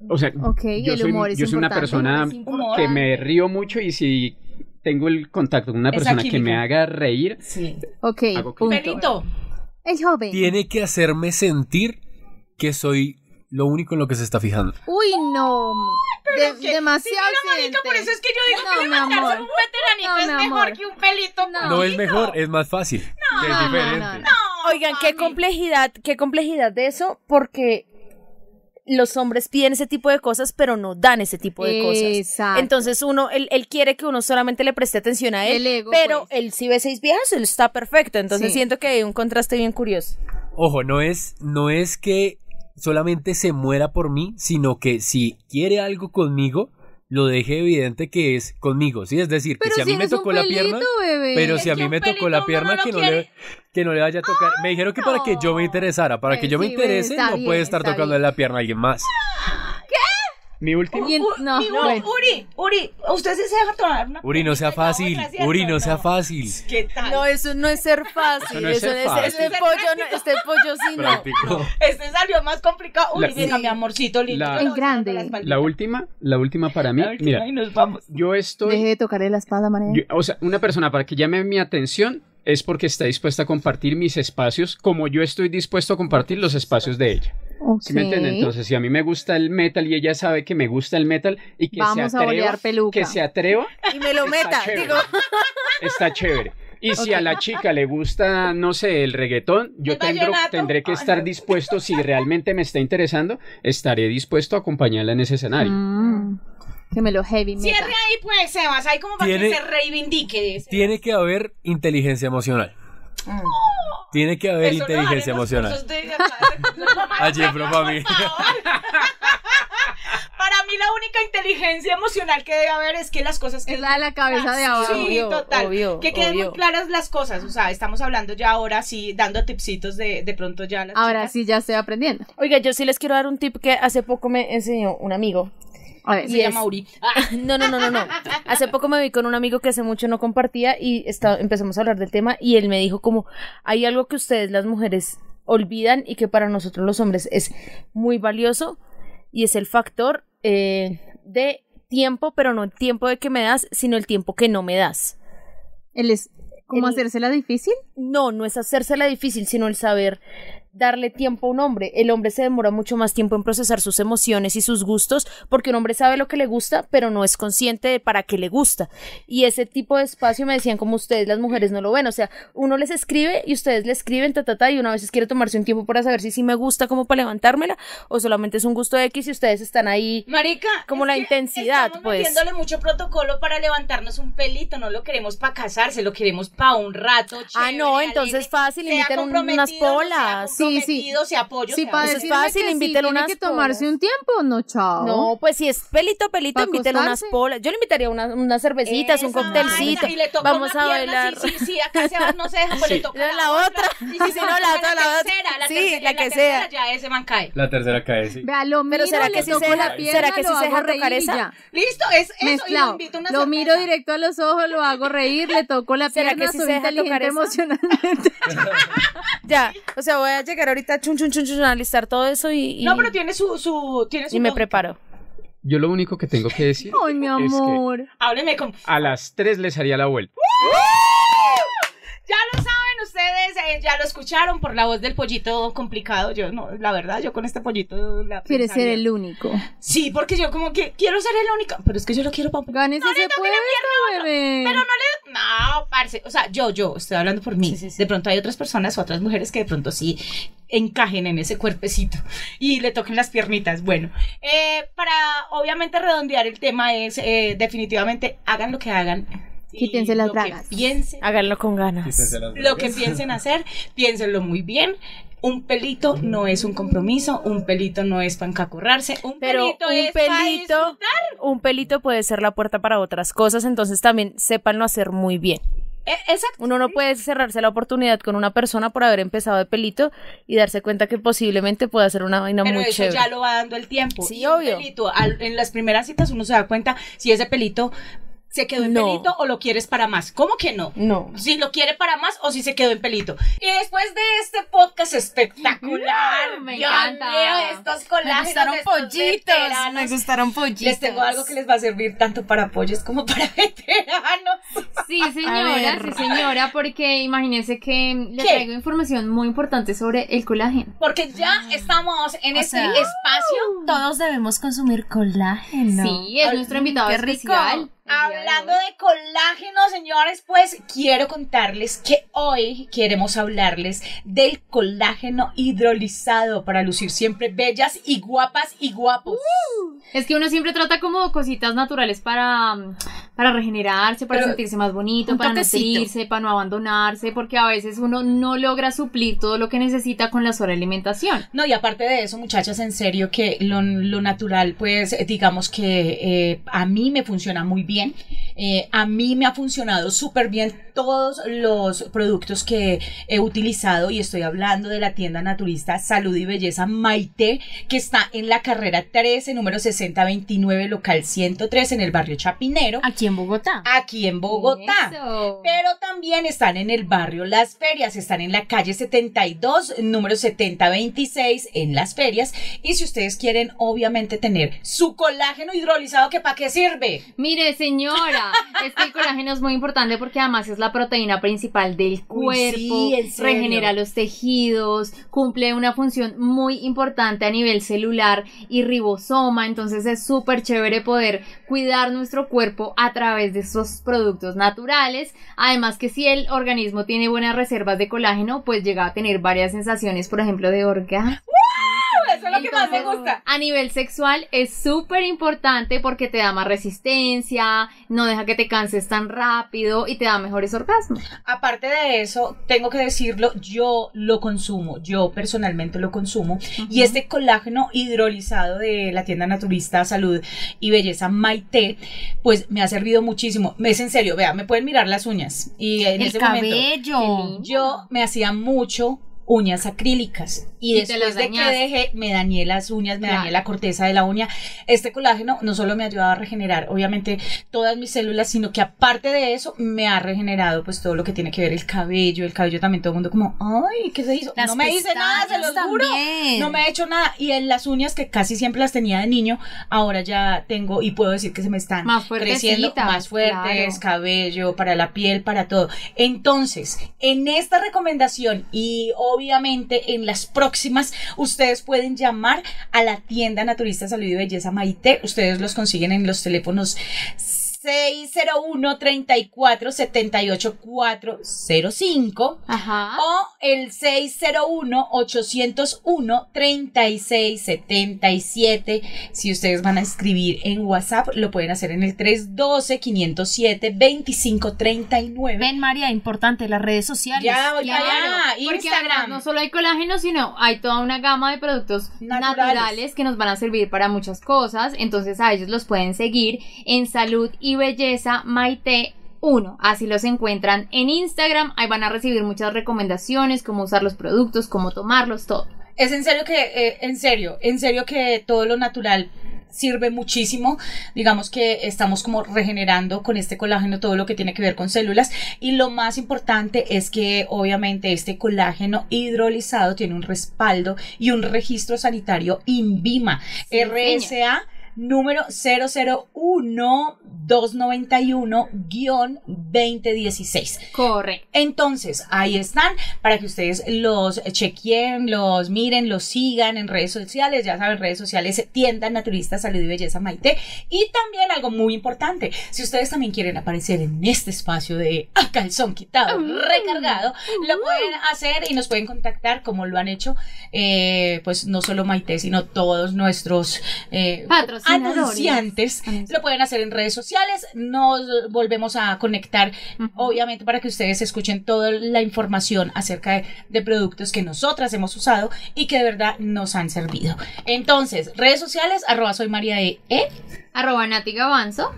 [SPEAKER 7] O sea,
[SPEAKER 10] Ok,
[SPEAKER 7] yo
[SPEAKER 10] el
[SPEAKER 7] soy,
[SPEAKER 10] humor es
[SPEAKER 7] yo soy una
[SPEAKER 10] importante.
[SPEAKER 7] persona
[SPEAKER 2] Humor.
[SPEAKER 7] que me río mucho y si tengo el contacto con una
[SPEAKER 2] Esa
[SPEAKER 7] persona que me
[SPEAKER 2] química.
[SPEAKER 7] haga reír,
[SPEAKER 2] Sí.
[SPEAKER 10] Ok,
[SPEAKER 7] Hago
[SPEAKER 10] punto.
[SPEAKER 7] clic.
[SPEAKER 2] Pelito.
[SPEAKER 10] El joven.
[SPEAKER 9] Tiene que hacerme sentir que soy lo único en lo que se está fijando.
[SPEAKER 10] Uy, no. De-
[SPEAKER 2] que-
[SPEAKER 10] demasiado
[SPEAKER 2] Sí, mira,
[SPEAKER 10] excelente.
[SPEAKER 2] marica, por eso es que yo digo
[SPEAKER 10] No,
[SPEAKER 2] que
[SPEAKER 10] mi
[SPEAKER 2] levantarse
[SPEAKER 10] amor.
[SPEAKER 2] un veteranito
[SPEAKER 10] No,
[SPEAKER 2] es
[SPEAKER 10] mi
[SPEAKER 2] mejor
[SPEAKER 10] amor.
[SPEAKER 2] que un pelito.
[SPEAKER 10] No.
[SPEAKER 9] No es mejor, es más fácil. que es
[SPEAKER 10] no, no,
[SPEAKER 9] diferente.
[SPEAKER 10] no, no.
[SPEAKER 4] Oigan, qué complejidad, qué complejidad de eso, porque los hombres piden ese tipo de cosas, pero no dan ese tipo de cosas.
[SPEAKER 10] Exacto.
[SPEAKER 4] Entonces uno, él, él quiere que uno solamente le preste atención a
[SPEAKER 10] El
[SPEAKER 4] él,
[SPEAKER 10] ego,
[SPEAKER 4] pero
[SPEAKER 10] pues.
[SPEAKER 4] él si ve seis viejas, él está perfecto. Entonces
[SPEAKER 10] Sí.
[SPEAKER 4] siento que hay un contraste bien curioso.
[SPEAKER 9] Ojo, no es, no es que solamente se muera por mí, sino que si quiere algo conmigo, lo deje evidente que es conmigo. ¿sí? Es decir, que
[SPEAKER 10] Pero
[SPEAKER 9] si a mí me
[SPEAKER 10] eres un
[SPEAKER 9] tocó la pierna,
[SPEAKER 10] pelito, eh, bebé.
[SPEAKER 9] pero
[SPEAKER 2] Es
[SPEAKER 9] si a
[SPEAKER 2] que
[SPEAKER 9] mí
[SPEAKER 2] un
[SPEAKER 9] me
[SPEAKER 2] pelito
[SPEAKER 9] tocó la
[SPEAKER 2] uno
[SPEAKER 9] pierna,
[SPEAKER 2] no lo
[SPEAKER 9] que, no
[SPEAKER 2] quiere.
[SPEAKER 9] le, que no le vaya a tocar. me dijeron que para que yo me interesara, para que
[SPEAKER 10] Eh,
[SPEAKER 9] yo me
[SPEAKER 10] sí, bueno,
[SPEAKER 9] interese,
[SPEAKER 10] está
[SPEAKER 9] no
[SPEAKER 10] bien,
[SPEAKER 9] puede estar
[SPEAKER 10] está
[SPEAKER 9] tocando
[SPEAKER 10] bien.
[SPEAKER 9] la pierna a alguien más.
[SPEAKER 7] mi último...
[SPEAKER 10] Y en- no,
[SPEAKER 2] Mi Uri,
[SPEAKER 10] bueno.
[SPEAKER 2] Uri, Uri, usted sí se deja tomar una
[SPEAKER 9] Uri, no
[SPEAKER 2] pelita
[SPEAKER 9] sea
[SPEAKER 2] y la
[SPEAKER 9] fácil.
[SPEAKER 2] otra, ¿cierto?
[SPEAKER 9] Uri, no sea fácil.
[SPEAKER 2] ¿Qué tal?
[SPEAKER 4] No, eso no es ser fácil.
[SPEAKER 7] Eso no es
[SPEAKER 4] eso
[SPEAKER 7] ser
[SPEAKER 4] es-
[SPEAKER 7] fácil.
[SPEAKER 4] Este pollo, no- este pollo sí no.
[SPEAKER 9] Práctico.
[SPEAKER 2] Este salió más complicado. Uri,
[SPEAKER 7] La-
[SPEAKER 2] venga, mi amorcito lindo.
[SPEAKER 7] La-
[SPEAKER 2] yo le voy
[SPEAKER 10] El grande.
[SPEAKER 2] dando espaldita.
[SPEAKER 7] La última, la última para mí,
[SPEAKER 2] La última
[SPEAKER 7] mira,
[SPEAKER 2] y nos vamos.
[SPEAKER 7] yo
[SPEAKER 10] Deje
[SPEAKER 7] estoy...
[SPEAKER 10] de tocarle la espalda, María.
[SPEAKER 7] yo- o sea, una persona para que llame mi atención es porque está dispuesta a compartir mis espacios como yo estoy dispuesto a compartir los espacios de ella.
[SPEAKER 10] Ok.
[SPEAKER 7] ¿Sí me entienden? Entonces, si a mí me gusta el metal y ella sabe que me gusta el metal y que
[SPEAKER 10] Vamos
[SPEAKER 7] se
[SPEAKER 10] a
[SPEAKER 7] atreva,
[SPEAKER 10] bolear peluca.
[SPEAKER 7] que se atreva,
[SPEAKER 4] Y me lo meta,
[SPEAKER 7] chévere.
[SPEAKER 4] digo.
[SPEAKER 7] está chévere. Y si a la chica le gusta, no sé, el reggaetón, yo
[SPEAKER 2] ¿El
[SPEAKER 7] tendré,
[SPEAKER 2] vallenato?
[SPEAKER 7] tendré que
[SPEAKER 2] Ay,
[SPEAKER 7] estar
[SPEAKER 2] no.
[SPEAKER 7] dispuesto, si realmente me está interesando, estaré dispuesto a acompañarla en ese escenario.
[SPEAKER 10] Mm, que me lo heavy metal.
[SPEAKER 2] Cierre ahí, pues, Sebas. Ahí como para
[SPEAKER 9] Tiene-
[SPEAKER 2] que se reivindique. de ese.
[SPEAKER 9] Tiene que haber inteligencia emocional. Tiene que haber
[SPEAKER 2] Mm. Eso lo
[SPEAKER 9] inteligencia
[SPEAKER 2] haremos
[SPEAKER 9] emocional.
[SPEAKER 2] nosotros de-
[SPEAKER 9] Allí, pero para mí.
[SPEAKER 2] Para mí la única inteligencia emocional que debe haber es que las cosas que
[SPEAKER 10] Es la de la cabeza de abajo.
[SPEAKER 2] Sí,
[SPEAKER 4] Obvio,
[SPEAKER 2] total.
[SPEAKER 4] obvio,
[SPEAKER 2] que queden
[SPEAKER 4] obvio.
[SPEAKER 2] muy claras las cosas. O sea, estamos hablando ya ahora sí, dando tipsitos de, de pronto ya. a Las
[SPEAKER 10] Ahora
[SPEAKER 2] chicas.
[SPEAKER 10] sí ya estoy aprendiendo.
[SPEAKER 4] Oiga, yo sí les quiero dar un tip que hace poco me enseñó un amigo.
[SPEAKER 10] A ver.
[SPEAKER 2] Se
[SPEAKER 4] Y
[SPEAKER 2] llama
[SPEAKER 4] es-
[SPEAKER 2] Uri. Ah,
[SPEAKER 4] No, no, no, no, no. Hace poco me vi con un amigo que hace mucho no compartía y está- empezamos a hablar del tema y él me dijo como, hay algo que ustedes las mujeres olvidan y que para nosotros los hombres es muy valioso y es el factor eh, de tiempo, pero no el tiempo de que me das, sino el tiempo que no me das.
[SPEAKER 10] Él es como
[SPEAKER 4] El-
[SPEAKER 10] hacérsela difícil.
[SPEAKER 4] No, no es hacérsela difícil, sino el saber darle tiempo a un hombre. El hombre se demora mucho más tiempo en procesar sus emociones y sus gustos, porque un hombre sabe lo que le gusta, pero no es consciente de para qué le gusta. Y ese tipo de espacio me decían como ustedes las mujeres no lo ven, o sea, uno les escribe y ustedes le escriben, ta, ta, ta, y una vez quiere tomarse un tiempo para saber si sí me gusta como para levantármela, o solamente es un gusto de X y ustedes están ahí.
[SPEAKER 2] Marica.
[SPEAKER 4] Como
[SPEAKER 2] es
[SPEAKER 4] la
[SPEAKER 2] que
[SPEAKER 4] intensidad,
[SPEAKER 2] estamos
[SPEAKER 4] pues.
[SPEAKER 2] metiéndole mucho protocolo para levantarnos un pelito. No lo queremos para casarse, lo queremos para un rato.
[SPEAKER 4] Ah,
[SPEAKER 2] chévere,
[SPEAKER 4] no,
[SPEAKER 2] alegre.
[SPEAKER 4] entonces fácil,
[SPEAKER 2] Sea
[SPEAKER 4] inviten un-
[SPEAKER 2] comprometido,
[SPEAKER 4] unas
[SPEAKER 2] No
[SPEAKER 4] polas.
[SPEAKER 2] sea
[SPEAKER 10] Sí, sí.
[SPEAKER 2] comprometido, sea apoyo,
[SPEAKER 10] Si
[SPEAKER 2] sea-
[SPEAKER 10] para
[SPEAKER 4] Eso es
[SPEAKER 10] decirme
[SPEAKER 4] fácil,
[SPEAKER 10] que sí,
[SPEAKER 4] invítelo
[SPEAKER 10] tiene
[SPEAKER 4] unas
[SPEAKER 10] que tomarse
[SPEAKER 4] polas.
[SPEAKER 10] un tiempo, no, chao.
[SPEAKER 4] No, pues si es pelito, pelito,
[SPEAKER 10] Pa'
[SPEAKER 4] invítale unas
[SPEAKER 10] acostarse.
[SPEAKER 4] polas. Yo le invitaría una- unas cervecitas, un
[SPEAKER 2] Esa
[SPEAKER 4] coctelcito.
[SPEAKER 2] vaina, y le toca
[SPEAKER 4] Vamos
[SPEAKER 2] una
[SPEAKER 4] a
[SPEAKER 2] pierna,
[SPEAKER 4] bailar.
[SPEAKER 2] Sí, sí, sí, acá Sebas no se deja, pues le toca
[SPEAKER 4] La- la otra.
[SPEAKER 2] Y
[SPEAKER 4] Sí,
[SPEAKER 2] se
[SPEAKER 4] no, la
[SPEAKER 2] toca
[SPEAKER 4] otra, la otra.
[SPEAKER 2] tercera, la
[SPEAKER 4] Sí,
[SPEAKER 2] tercera,
[SPEAKER 4] la
[SPEAKER 2] y
[SPEAKER 4] que
[SPEAKER 2] tercera,
[SPEAKER 4] sea.
[SPEAKER 2] Ya ese man cae.
[SPEAKER 9] La tercera cae, sí.
[SPEAKER 10] Vea, lo miro,
[SPEAKER 4] Pero ¿será
[SPEAKER 10] le
[SPEAKER 4] que sí
[SPEAKER 10] toco
[SPEAKER 4] se
[SPEAKER 10] la
[SPEAKER 4] deja-
[SPEAKER 10] pierna,
[SPEAKER 4] será que
[SPEAKER 10] lo
[SPEAKER 4] sí se
[SPEAKER 10] hago
[SPEAKER 4] deja tocar
[SPEAKER 10] reír y
[SPEAKER 4] esa?
[SPEAKER 10] ya.
[SPEAKER 2] Listo, es eso. Y
[SPEAKER 10] Mezclado.
[SPEAKER 2] lo invito a una
[SPEAKER 10] Lo
[SPEAKER 2] cerveza.
[SPEAKER 10] miro directo a los ojos, lo hago reír, le toco la
[SPEAKER 4] ¿Será
[SPEAKER 10] pierna,
[SPEAKER 4] que sí
[SPEAKER 10] soy
[SPEAKER 4] se deja tocar
[SPEAKER 10] inteligente
[SPEAKER 4] eso?
[SPEAKER 10] emocionalmente.
[SPEAKER 4] Ya, o sea, voy a llegar ahorita chun chun chun chun a listar todo eso y, y-
[SPEAKER 2] No, pero tiene su. su tiene su
[SPEAKER 4] y me
[SPEAKER 2] lógica.
[SPEAKER 4] preparo.
[SPEAKER 7] Yo lo único que tengo que decir
[SPEAKER 10] Ay, mi
[SPEAKER 7] es que
[SPEAKER 10] amor.
[SPEAKER 2] Hábleme con.
[SPEAKER 7] a las tres les haría la vuelta.
[SPEAKER 2] Ya lo saben, ustedes ustedes eh, ya lo escucharon por la voz del pollito complicado. Yo no, la verdad, yo con este pollito la
[SPEAKER 10] Quiere ser
[SPEAKER 2] pensaría.
[SPEAKER 10] el único.
[SPEAKER 2] Sí, porque yo como que quiero ser el único, pero es que yo lo quiero para
[SPEAKER 10] Ganes
[SPEAKER 2] No le
[SPEAKER 10] ese
[SPEAKER 2] toque la
[SPEAKER 10] puesto, bebé.
[SPEAKER 2] Pero no le. No, parce. O sea, yo, yo, estoy hablando por mí. De pronto hay otras personas, otras mujeres que de pronto sí encajen en ese cuerpecito y le toquen las piernitas. Bueno, eh, para obviamente redondear el tema es eh, definitivamente hagan lo que hagan. y
[SPEAKER 10] Quítense las
[SPEAKER 2] lo
[SPEAKER 10] bragas.
[SPEAKER 2] Que piensen,
[SPEAKER 4] Háganlo con ganas.
[SPEAKER 2] lo que piensen hacer, piénsenlo muy bien. Un pelito no es un compromiso, un pelito no es para encacorrarse, un
[SPEAKER 4] Pero
[SPEAKER 2] pelito
[SPEAKER 4] un
[SPEAKER 2] es pa'
[SPEAKER 4] pelito-
[SPEAKER 2] disfrutar.
[SPEAKER 4] Un pelito puede ser la puerta para otras cosas, entonces también sépanlo hacer muy bien.
[SPEAKER 2] Eh, exacto.
[SPEAKER 4] Uno no puede cerrarse la oportunidad con una persona por haber empezado de pelito y darse cuenta que posiblemente pueda hacer una vaina
[SPEAKER 2] Pero
[SPEAKER 4] muy
[SPEAKER 2] eso
[SPEAKER 4] chévere.
[SPEAKER 2] ya lo va dando el tiempo.
[SPEAKER 4] Sí,
[SPEAKER 2] Y un
[SPEAKER 4] obvio.
[SPEAKER 2] pelito, al- en las primeras citas uno se da cuenta si ese pelito se quedó en
[SPEAKER 4] No.
[SPEAKER 2] pelito o lo quieres para más. ¿Cómo que no?
[SPEAKER 4] No.
[SPEAKER 2] Si lo quiere para más o si se quedó en pelito. Y después de este podcast espectacular,
[SPEAKER 3] Me
[SPEAKER 2] Dios
[SPEAKER 3] encanta.
[SPEAKER 2] mío, estos colágenos, estos veteranos,
[SPEAKER 4] gustaron pollitos.
[SPEAKER 2] Les tengo algo que les va a servir tanto para pollos como para veteranos.
[SPEAKER 3] Sí, señora, sí, señora, porque imagínense que le
[SPEAKER 2] ¿Qué?
[SPEAKER 3] traigo información muy importante sobre el colágeno.
[SPEAKER 2] Porque ya estamos en
[SPEAKER 4] Ah. O
[SPEAKER 2] este
[SPEAKER 4] sea,
[SPEAKER 2] espacio
[SPEAKER 4] Todos debemos consumir colágeno.
[SPEAKER 3] Sí, es nuestro invitado
[SPEAKER 4] qué rico.
[SPEAKER 3] especial. el día de
[SPEAKER 2] Hablando
[SPEAKER 3] hoy.
[SPEAKER 2] de colágeno, señores, pues quiero contarles que hoy queremos hablarles del colágeno hidrolizado para lucir siempre bellas y guapas y guapos.
[SPEAKER 3] Es que uno siempre trata como cositas naturales para, mm, para regenerarse, para
[SPEAKER 2] Pero-
[SPEAKER 3] sentirse más bonito,
[SPEAKER 4] Un
[SPEAKER 3] para
[SPEAKER 4] toquecito.
[SPEAKER 3] nutrirse, para no abandonarse, porque a veces uno no logra suplir todo lo que necesita con la sobrealimentación.
[SPEAKER 2] No, y aparte de eso, muchachas, en serio que lo, lo natural, pues eh, digamos que eh, a mí me funciona muy bien. Eh, a mí me ha funcionado súper bien todos los productos que he utilizado y estoy hablando de la tienda naturista Salud y Belleza Maite, que está en la carrera 13, número 6029, local 103, en el barrio Chapinero,
[SPEAKER 4] Aquí en Bogotá.
[SPEAKER 2] aquí en Bogotá.
[SPEAKER 3] Eso.
[SPEAKER 2] Pero también están en el barrio Las Ferias, están en la calle 72, número 7026, en Las Ferias. Y si ustedes quieren, obviamente, tener su colágeno hidrolizado, que para qué sirve.
[SPEAKER 3] Mire, señora, es que el colágeno es muy importante porque además es la proteína principal del cuerpo,
[SPEAKER 2] sí, en serio.
[SPEAKER 3] regenera los tejidos, cumple una función muy importante a nivel celular y ribosoma, entonces es súper chévere poder cuidar nuestro cuerpo a través de estos productos naturales, además que si el organismo tiene buenas reservas de colágeno, pues llega a tener varias sensaciones, por ejemplo, de orgasmo.
[SPEAKER 2] Eso es lo que más me
[SPEAKER 3] Entonces,
[SPEAKER 2] gusta.
[SPEAKER 3] A nivel sexual es súper importante porque te da más resistencia, no deja que te canses tan rápido y te da mejores orgasmos.
[SPEAKER 2] Aparte de eso, tengo que decirlo, yo lo consumo, yo personalmente lo consumo. Y este colágeno hidrolizado de la tienda naturista Salud y Belleza Maite, pues me ha servido muchísimo. Es en serio, vea, me pueden mirar las uñas. Y en
[SPEAKER 4] El
[SPEAKER 2] ese momento.
[SPEAKER 4] cabello.
[SPEAKER 2] Yo me hacía mucho uñas acrílicas y,
[SPEAKER 3] Y te
[SPEAKER 2] después
[SPEAKER 3] las
[SPEAKER 2] de que
[SPEAKER 3] dañaste.
[SPEAKER 2] dejé me dañé las uñas, me dañé
[SPEAKER 3] Claro.
[SPEAKER 2] la corteza de la uña. Este colágeno no solo me ayudaba a regenerar obviamente todas mis células, sino que aparte de eso me ha regenerado pues todo lo que tiene que ver el cabello, el cabello también todo el mundo como, "Ay, ¿qué se hizo?"
[SPEAKER 4] Las
[SPEAKER 2] no me hice nada, se los
[SPEAKER 4] pestañas
[SPEAKER 2] juro.
[SPEAKER 4] también.
[SPEAKER 2] No me he hecho nada y en las uñas que casi siempre las tenía de niño, ahora ya tengo y puedo decir que se me están
[SPEAKER 3] Más
[SPEAKER 2] creciendo
[SPEAKER 3] fuertecitas,
[SPEAKER 2] más fuertes,
[SPEAKER 3] claro.
[SPEAKER 2] cabello, para la piel, para todo. Entonces, en esta recomendación y obviamente en las próximas, ustedes pueden llamar a la tienda Naturista Salud y Belleza Maite. Ustedes los consiguen en los teléfonos 601 34 78 405
[SPEAKER 3] Ajá.
[SPEAKER 2] o el 601-801-3677. Si ustedes van a escribir en WhatsApp, lo pueden hacer en el 312-507-2539.
[SPEAKER 4] Ven, María, importante, las redes sociales.
[SPEAKER 2] Ya, voy
[SPEAKER 3] Claro,
[SPEAKER 2] para allá.
[SPEAKER 3] porque además
[SPEAKER 2] Instagram.
[SPEAKER 3] no solo hay colágeno, sino hay toda una gama de productos
[SPEAKER 2] Naturales.
[SPEAKER 3] naturales. que nos van a servir para muchas cosas. Entonces a ellos los pueden seguir en Salud y Belleza Maite. 1. así los encuentran en Instagram, ahí van a recibir muchas recomendaciones, cómo usar los productos, cómo tomarlos, todo.
[SPEAKER 2] Es en serio que, eh, en serio, en serio que todo lo natural sirve muchísimo. Digamos que estamos como regenerando con este colágeno todo lo que tiene que ver con células. Y lo más importante es que obviamente este colágeno hidrolizado tiene un respaldo y un registro sanitario INVIMA,
[SPEAKER 3] Sí,
[SPEAKER 2] RSA. número 001-291-2016.
[SPEAKER 3] Corre.
[SPEAKER 2] Entonces, ahí están para que ustedes los chequen, los miren, los sigan en redes sociales. Ya saben, redes sociales, eh, tienda naturista, salud y belleza Maite. Y también algo muy importante, si ustedes también quieren aparecer en este espacio de A calzón quitado, recargado, lo pueden hacer y nos pueden contactar como lo han hecho, eh, pues no solo Maite, sino todos nuestros eh,
[SPEAKER 3] Patrocinadores.
[SPEAKER 2] anunciantes. Lo pueden hacer en redes sociales. Nos volvemos a conectar, obviamente, para que ustedes escuchen toda la información acerca de, de productos que nosotras hemos usado y que de verdad nos han servido. Entonces, redes sociales, arroba soy María de E,
[SPEAKER 3] Arroba Nati Gavanzo.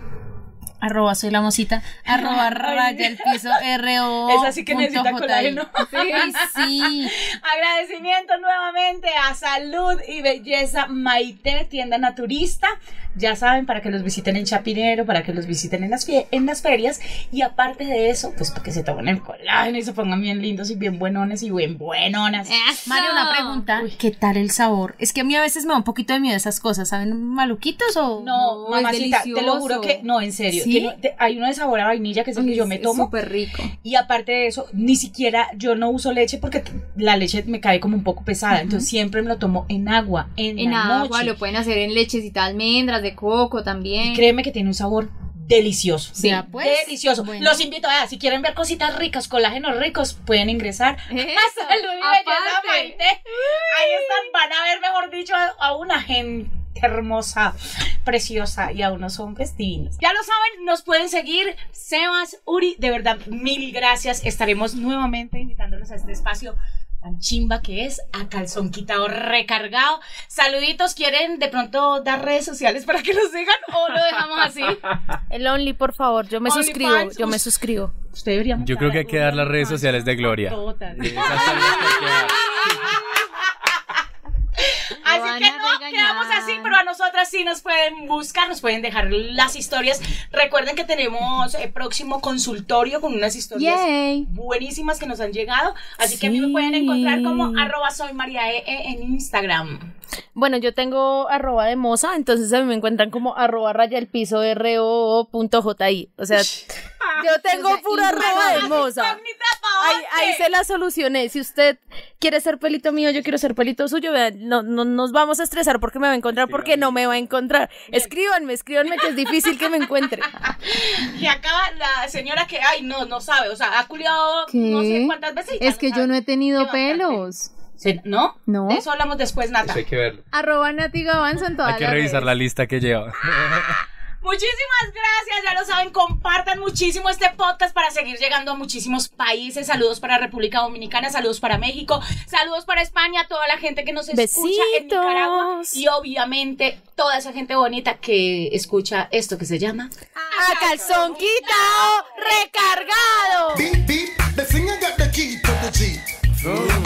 [SPEAKER 4] Arroba soy la mosita. Arroba raya el piso RO.
[SPEAKER 2] Esa sí que necesita
[SPEAKER 4] punto
[SPEAKER 2] colágeno.
[SPEAKER 4] Ay, sí.
[SPEAKER 2] Agradecimiento nuevamente a Salud y Belleza Maite, tienda naturista. Ya saben, para que los visiten en Chapinero, para que los visiten en las, fie- en las ferias. Y aparte de eso, pues para que se tomen el colágeno y se pongan bien lindos y bien buenones y bien buenonas.
[SPEAKER 3] Eso.
[SPEAKER 4] Mario, una pregunta. ¿Qué tal el sabor? Es que a mí a veces me da un poquito de miedo esas cosas. ¿Saben maluquitos o...?
[SPEAKER 2] No,
[SPEAKER 3] No, es
[SPEAKER 2] mamacita, te lo juro
[SPEAKER 3] delicioso.
[SPEAKER 2] que no, en serio.
[SPEAKER 4] ¿Sí?
[SPEAKER 2] Tiene- te- hay uno de sabor a vainilla que es el que yo me
[SPEAKER 3] Es
[SPEAKER 2] tomo.
[SPEAKER 3] Súper rico.
[SPEAKER 2] Y aparte de eso, ni siquiera yo no uso leche porque t- la leche me cae como un poco pesada. Entonces siempre me lo tomo en agua, en,
[SPEAKER 3] En
[SPEAKER 2] la
[SPEAKER 3] agua,
[SPEAKER 2] noche.
[SPEAKER 3] lo pueden hacer en lechecita de almendras, de coco también.
[SPEAKER 2] Y Ah, créeme que tiene un sabor delicioso.
[SPEAKER 3] Sí.
[SPEAKER 4] Ya, pues,
[SPEAKER 2] delicioso.
[SPEAKER 4] bueno.
[SPEAKER 2] Los invito a, si quieren ver cositas ricas, colágenos ricos, pueden ingresar.
[SPEAKER 3] Eso,
[SPEAKER 2] a Salud y Belleza
[SPEAKER 3] aparte.
[SPEAKER 2] Maite. Ahí están, van a ver, mejor dicho, a, a una gente hermosa, preciosa y a unos hombres divinos. Ya lo saben, nos pueden seguir. Sebas, Uri, de verdad, mil gracias. Estaremos nuevamente invitándolos a este espacio tan chimba que es a calzón quitado recargado. Saluditos, ¿quieren de pronto dar redes sociales para que los sigan o lo dejamos así?
[SPEAKER 4] El Only, por favor. Yo me
[SPEAKER 2] Only
[SPEAKER 4] suscribo.
[SPEAKER 2] fans.
[SPEAKER 4] Yo me suscribo.
[SPEAKER 2] Usted debería
[SPEAKER 7] Yo creo que hay que dar las redes sociales de Gloria. Esas son las que hay que dar.
[SPEAKER 2] Así
[SPEAKER 3] van
[SPEAKER 2] que
[SPEAKER 3] a
[SPEAKER 2] no,
[SPEAKER 3] regañar.
[SPEAKER 2] quedamos así, pero a nosotras sí nos pueden buscar, nos pueden dejar las historias. Recuerden que tenemos el próximo consultorio con unas historias
[SPEAKER 9] Yay.
[SPEAKER 2] buenísimas que nos han llegado. Así que a mí me
[SPEAKER 4] Sí.
[SPEAKER 2] pueden encontrar como arroba soy María E E en Instagram.
[SPEAKER 4] Bueno, yo tengo arroba de moza, entonces a mí me encuentran como arroba raya el piso RO punto JI. O sea, yo tengo pura arroba de moza. Ahí, ahí se la solucioné. Si usted quiere ser pelito mío, yo quiero ser pelito suyo, vea, no, no nos vamos a estresar porque me va a encontrar, porque no me va a encontrar. Escríbanme, escríbanme que es difícil que me encuentre.
[SPEAKER 2] Y acá la señora que, ay, no, no sabe, o sea, ha culiado no sé
[SPEAKER 9] ¿Qué?
[SPEAKER 2] cuántas veces. y ya
[SPEAKER 9] Es que yo no he tenido
[SPEAKER 2] Qué bastante.
[SPEAKER 9] pelos.
[SPEAKER 2] sabe. ¿No?
[SPEAKER 9] No.
[SPEAKER 2] De eso hablamos después, Nata.
[SPEAKER 7] Eso hay que verlo.
[SPEAKER 9] Arroba Nati Gavanzo en todas
[SPEAKER 7] Hay que
[SPEAKER 9] las
[SPEAKER 7] revisar
[SPEAKER 9] redes.
[SPEAKER 7] la lista que lleva.
[SPEAKER 2] Muchísimas gracias, ya lo saben, compartan muchísimo este podcast para seguir llegando a muchísimos países. Saludos para República Dominicana, saludos para México, saludos para España, toda la gente que nos escucha en
[SPEAKER 4] Besitos.
[SPEAKER 2] Nicaragua y obviamente toda esa gente bonita que escucha esto que se llama
[SPEAKER 4] A calzón quitado, recargado.
[SPEAKER 6] Beep, beep, the singer got the key to the Jeep.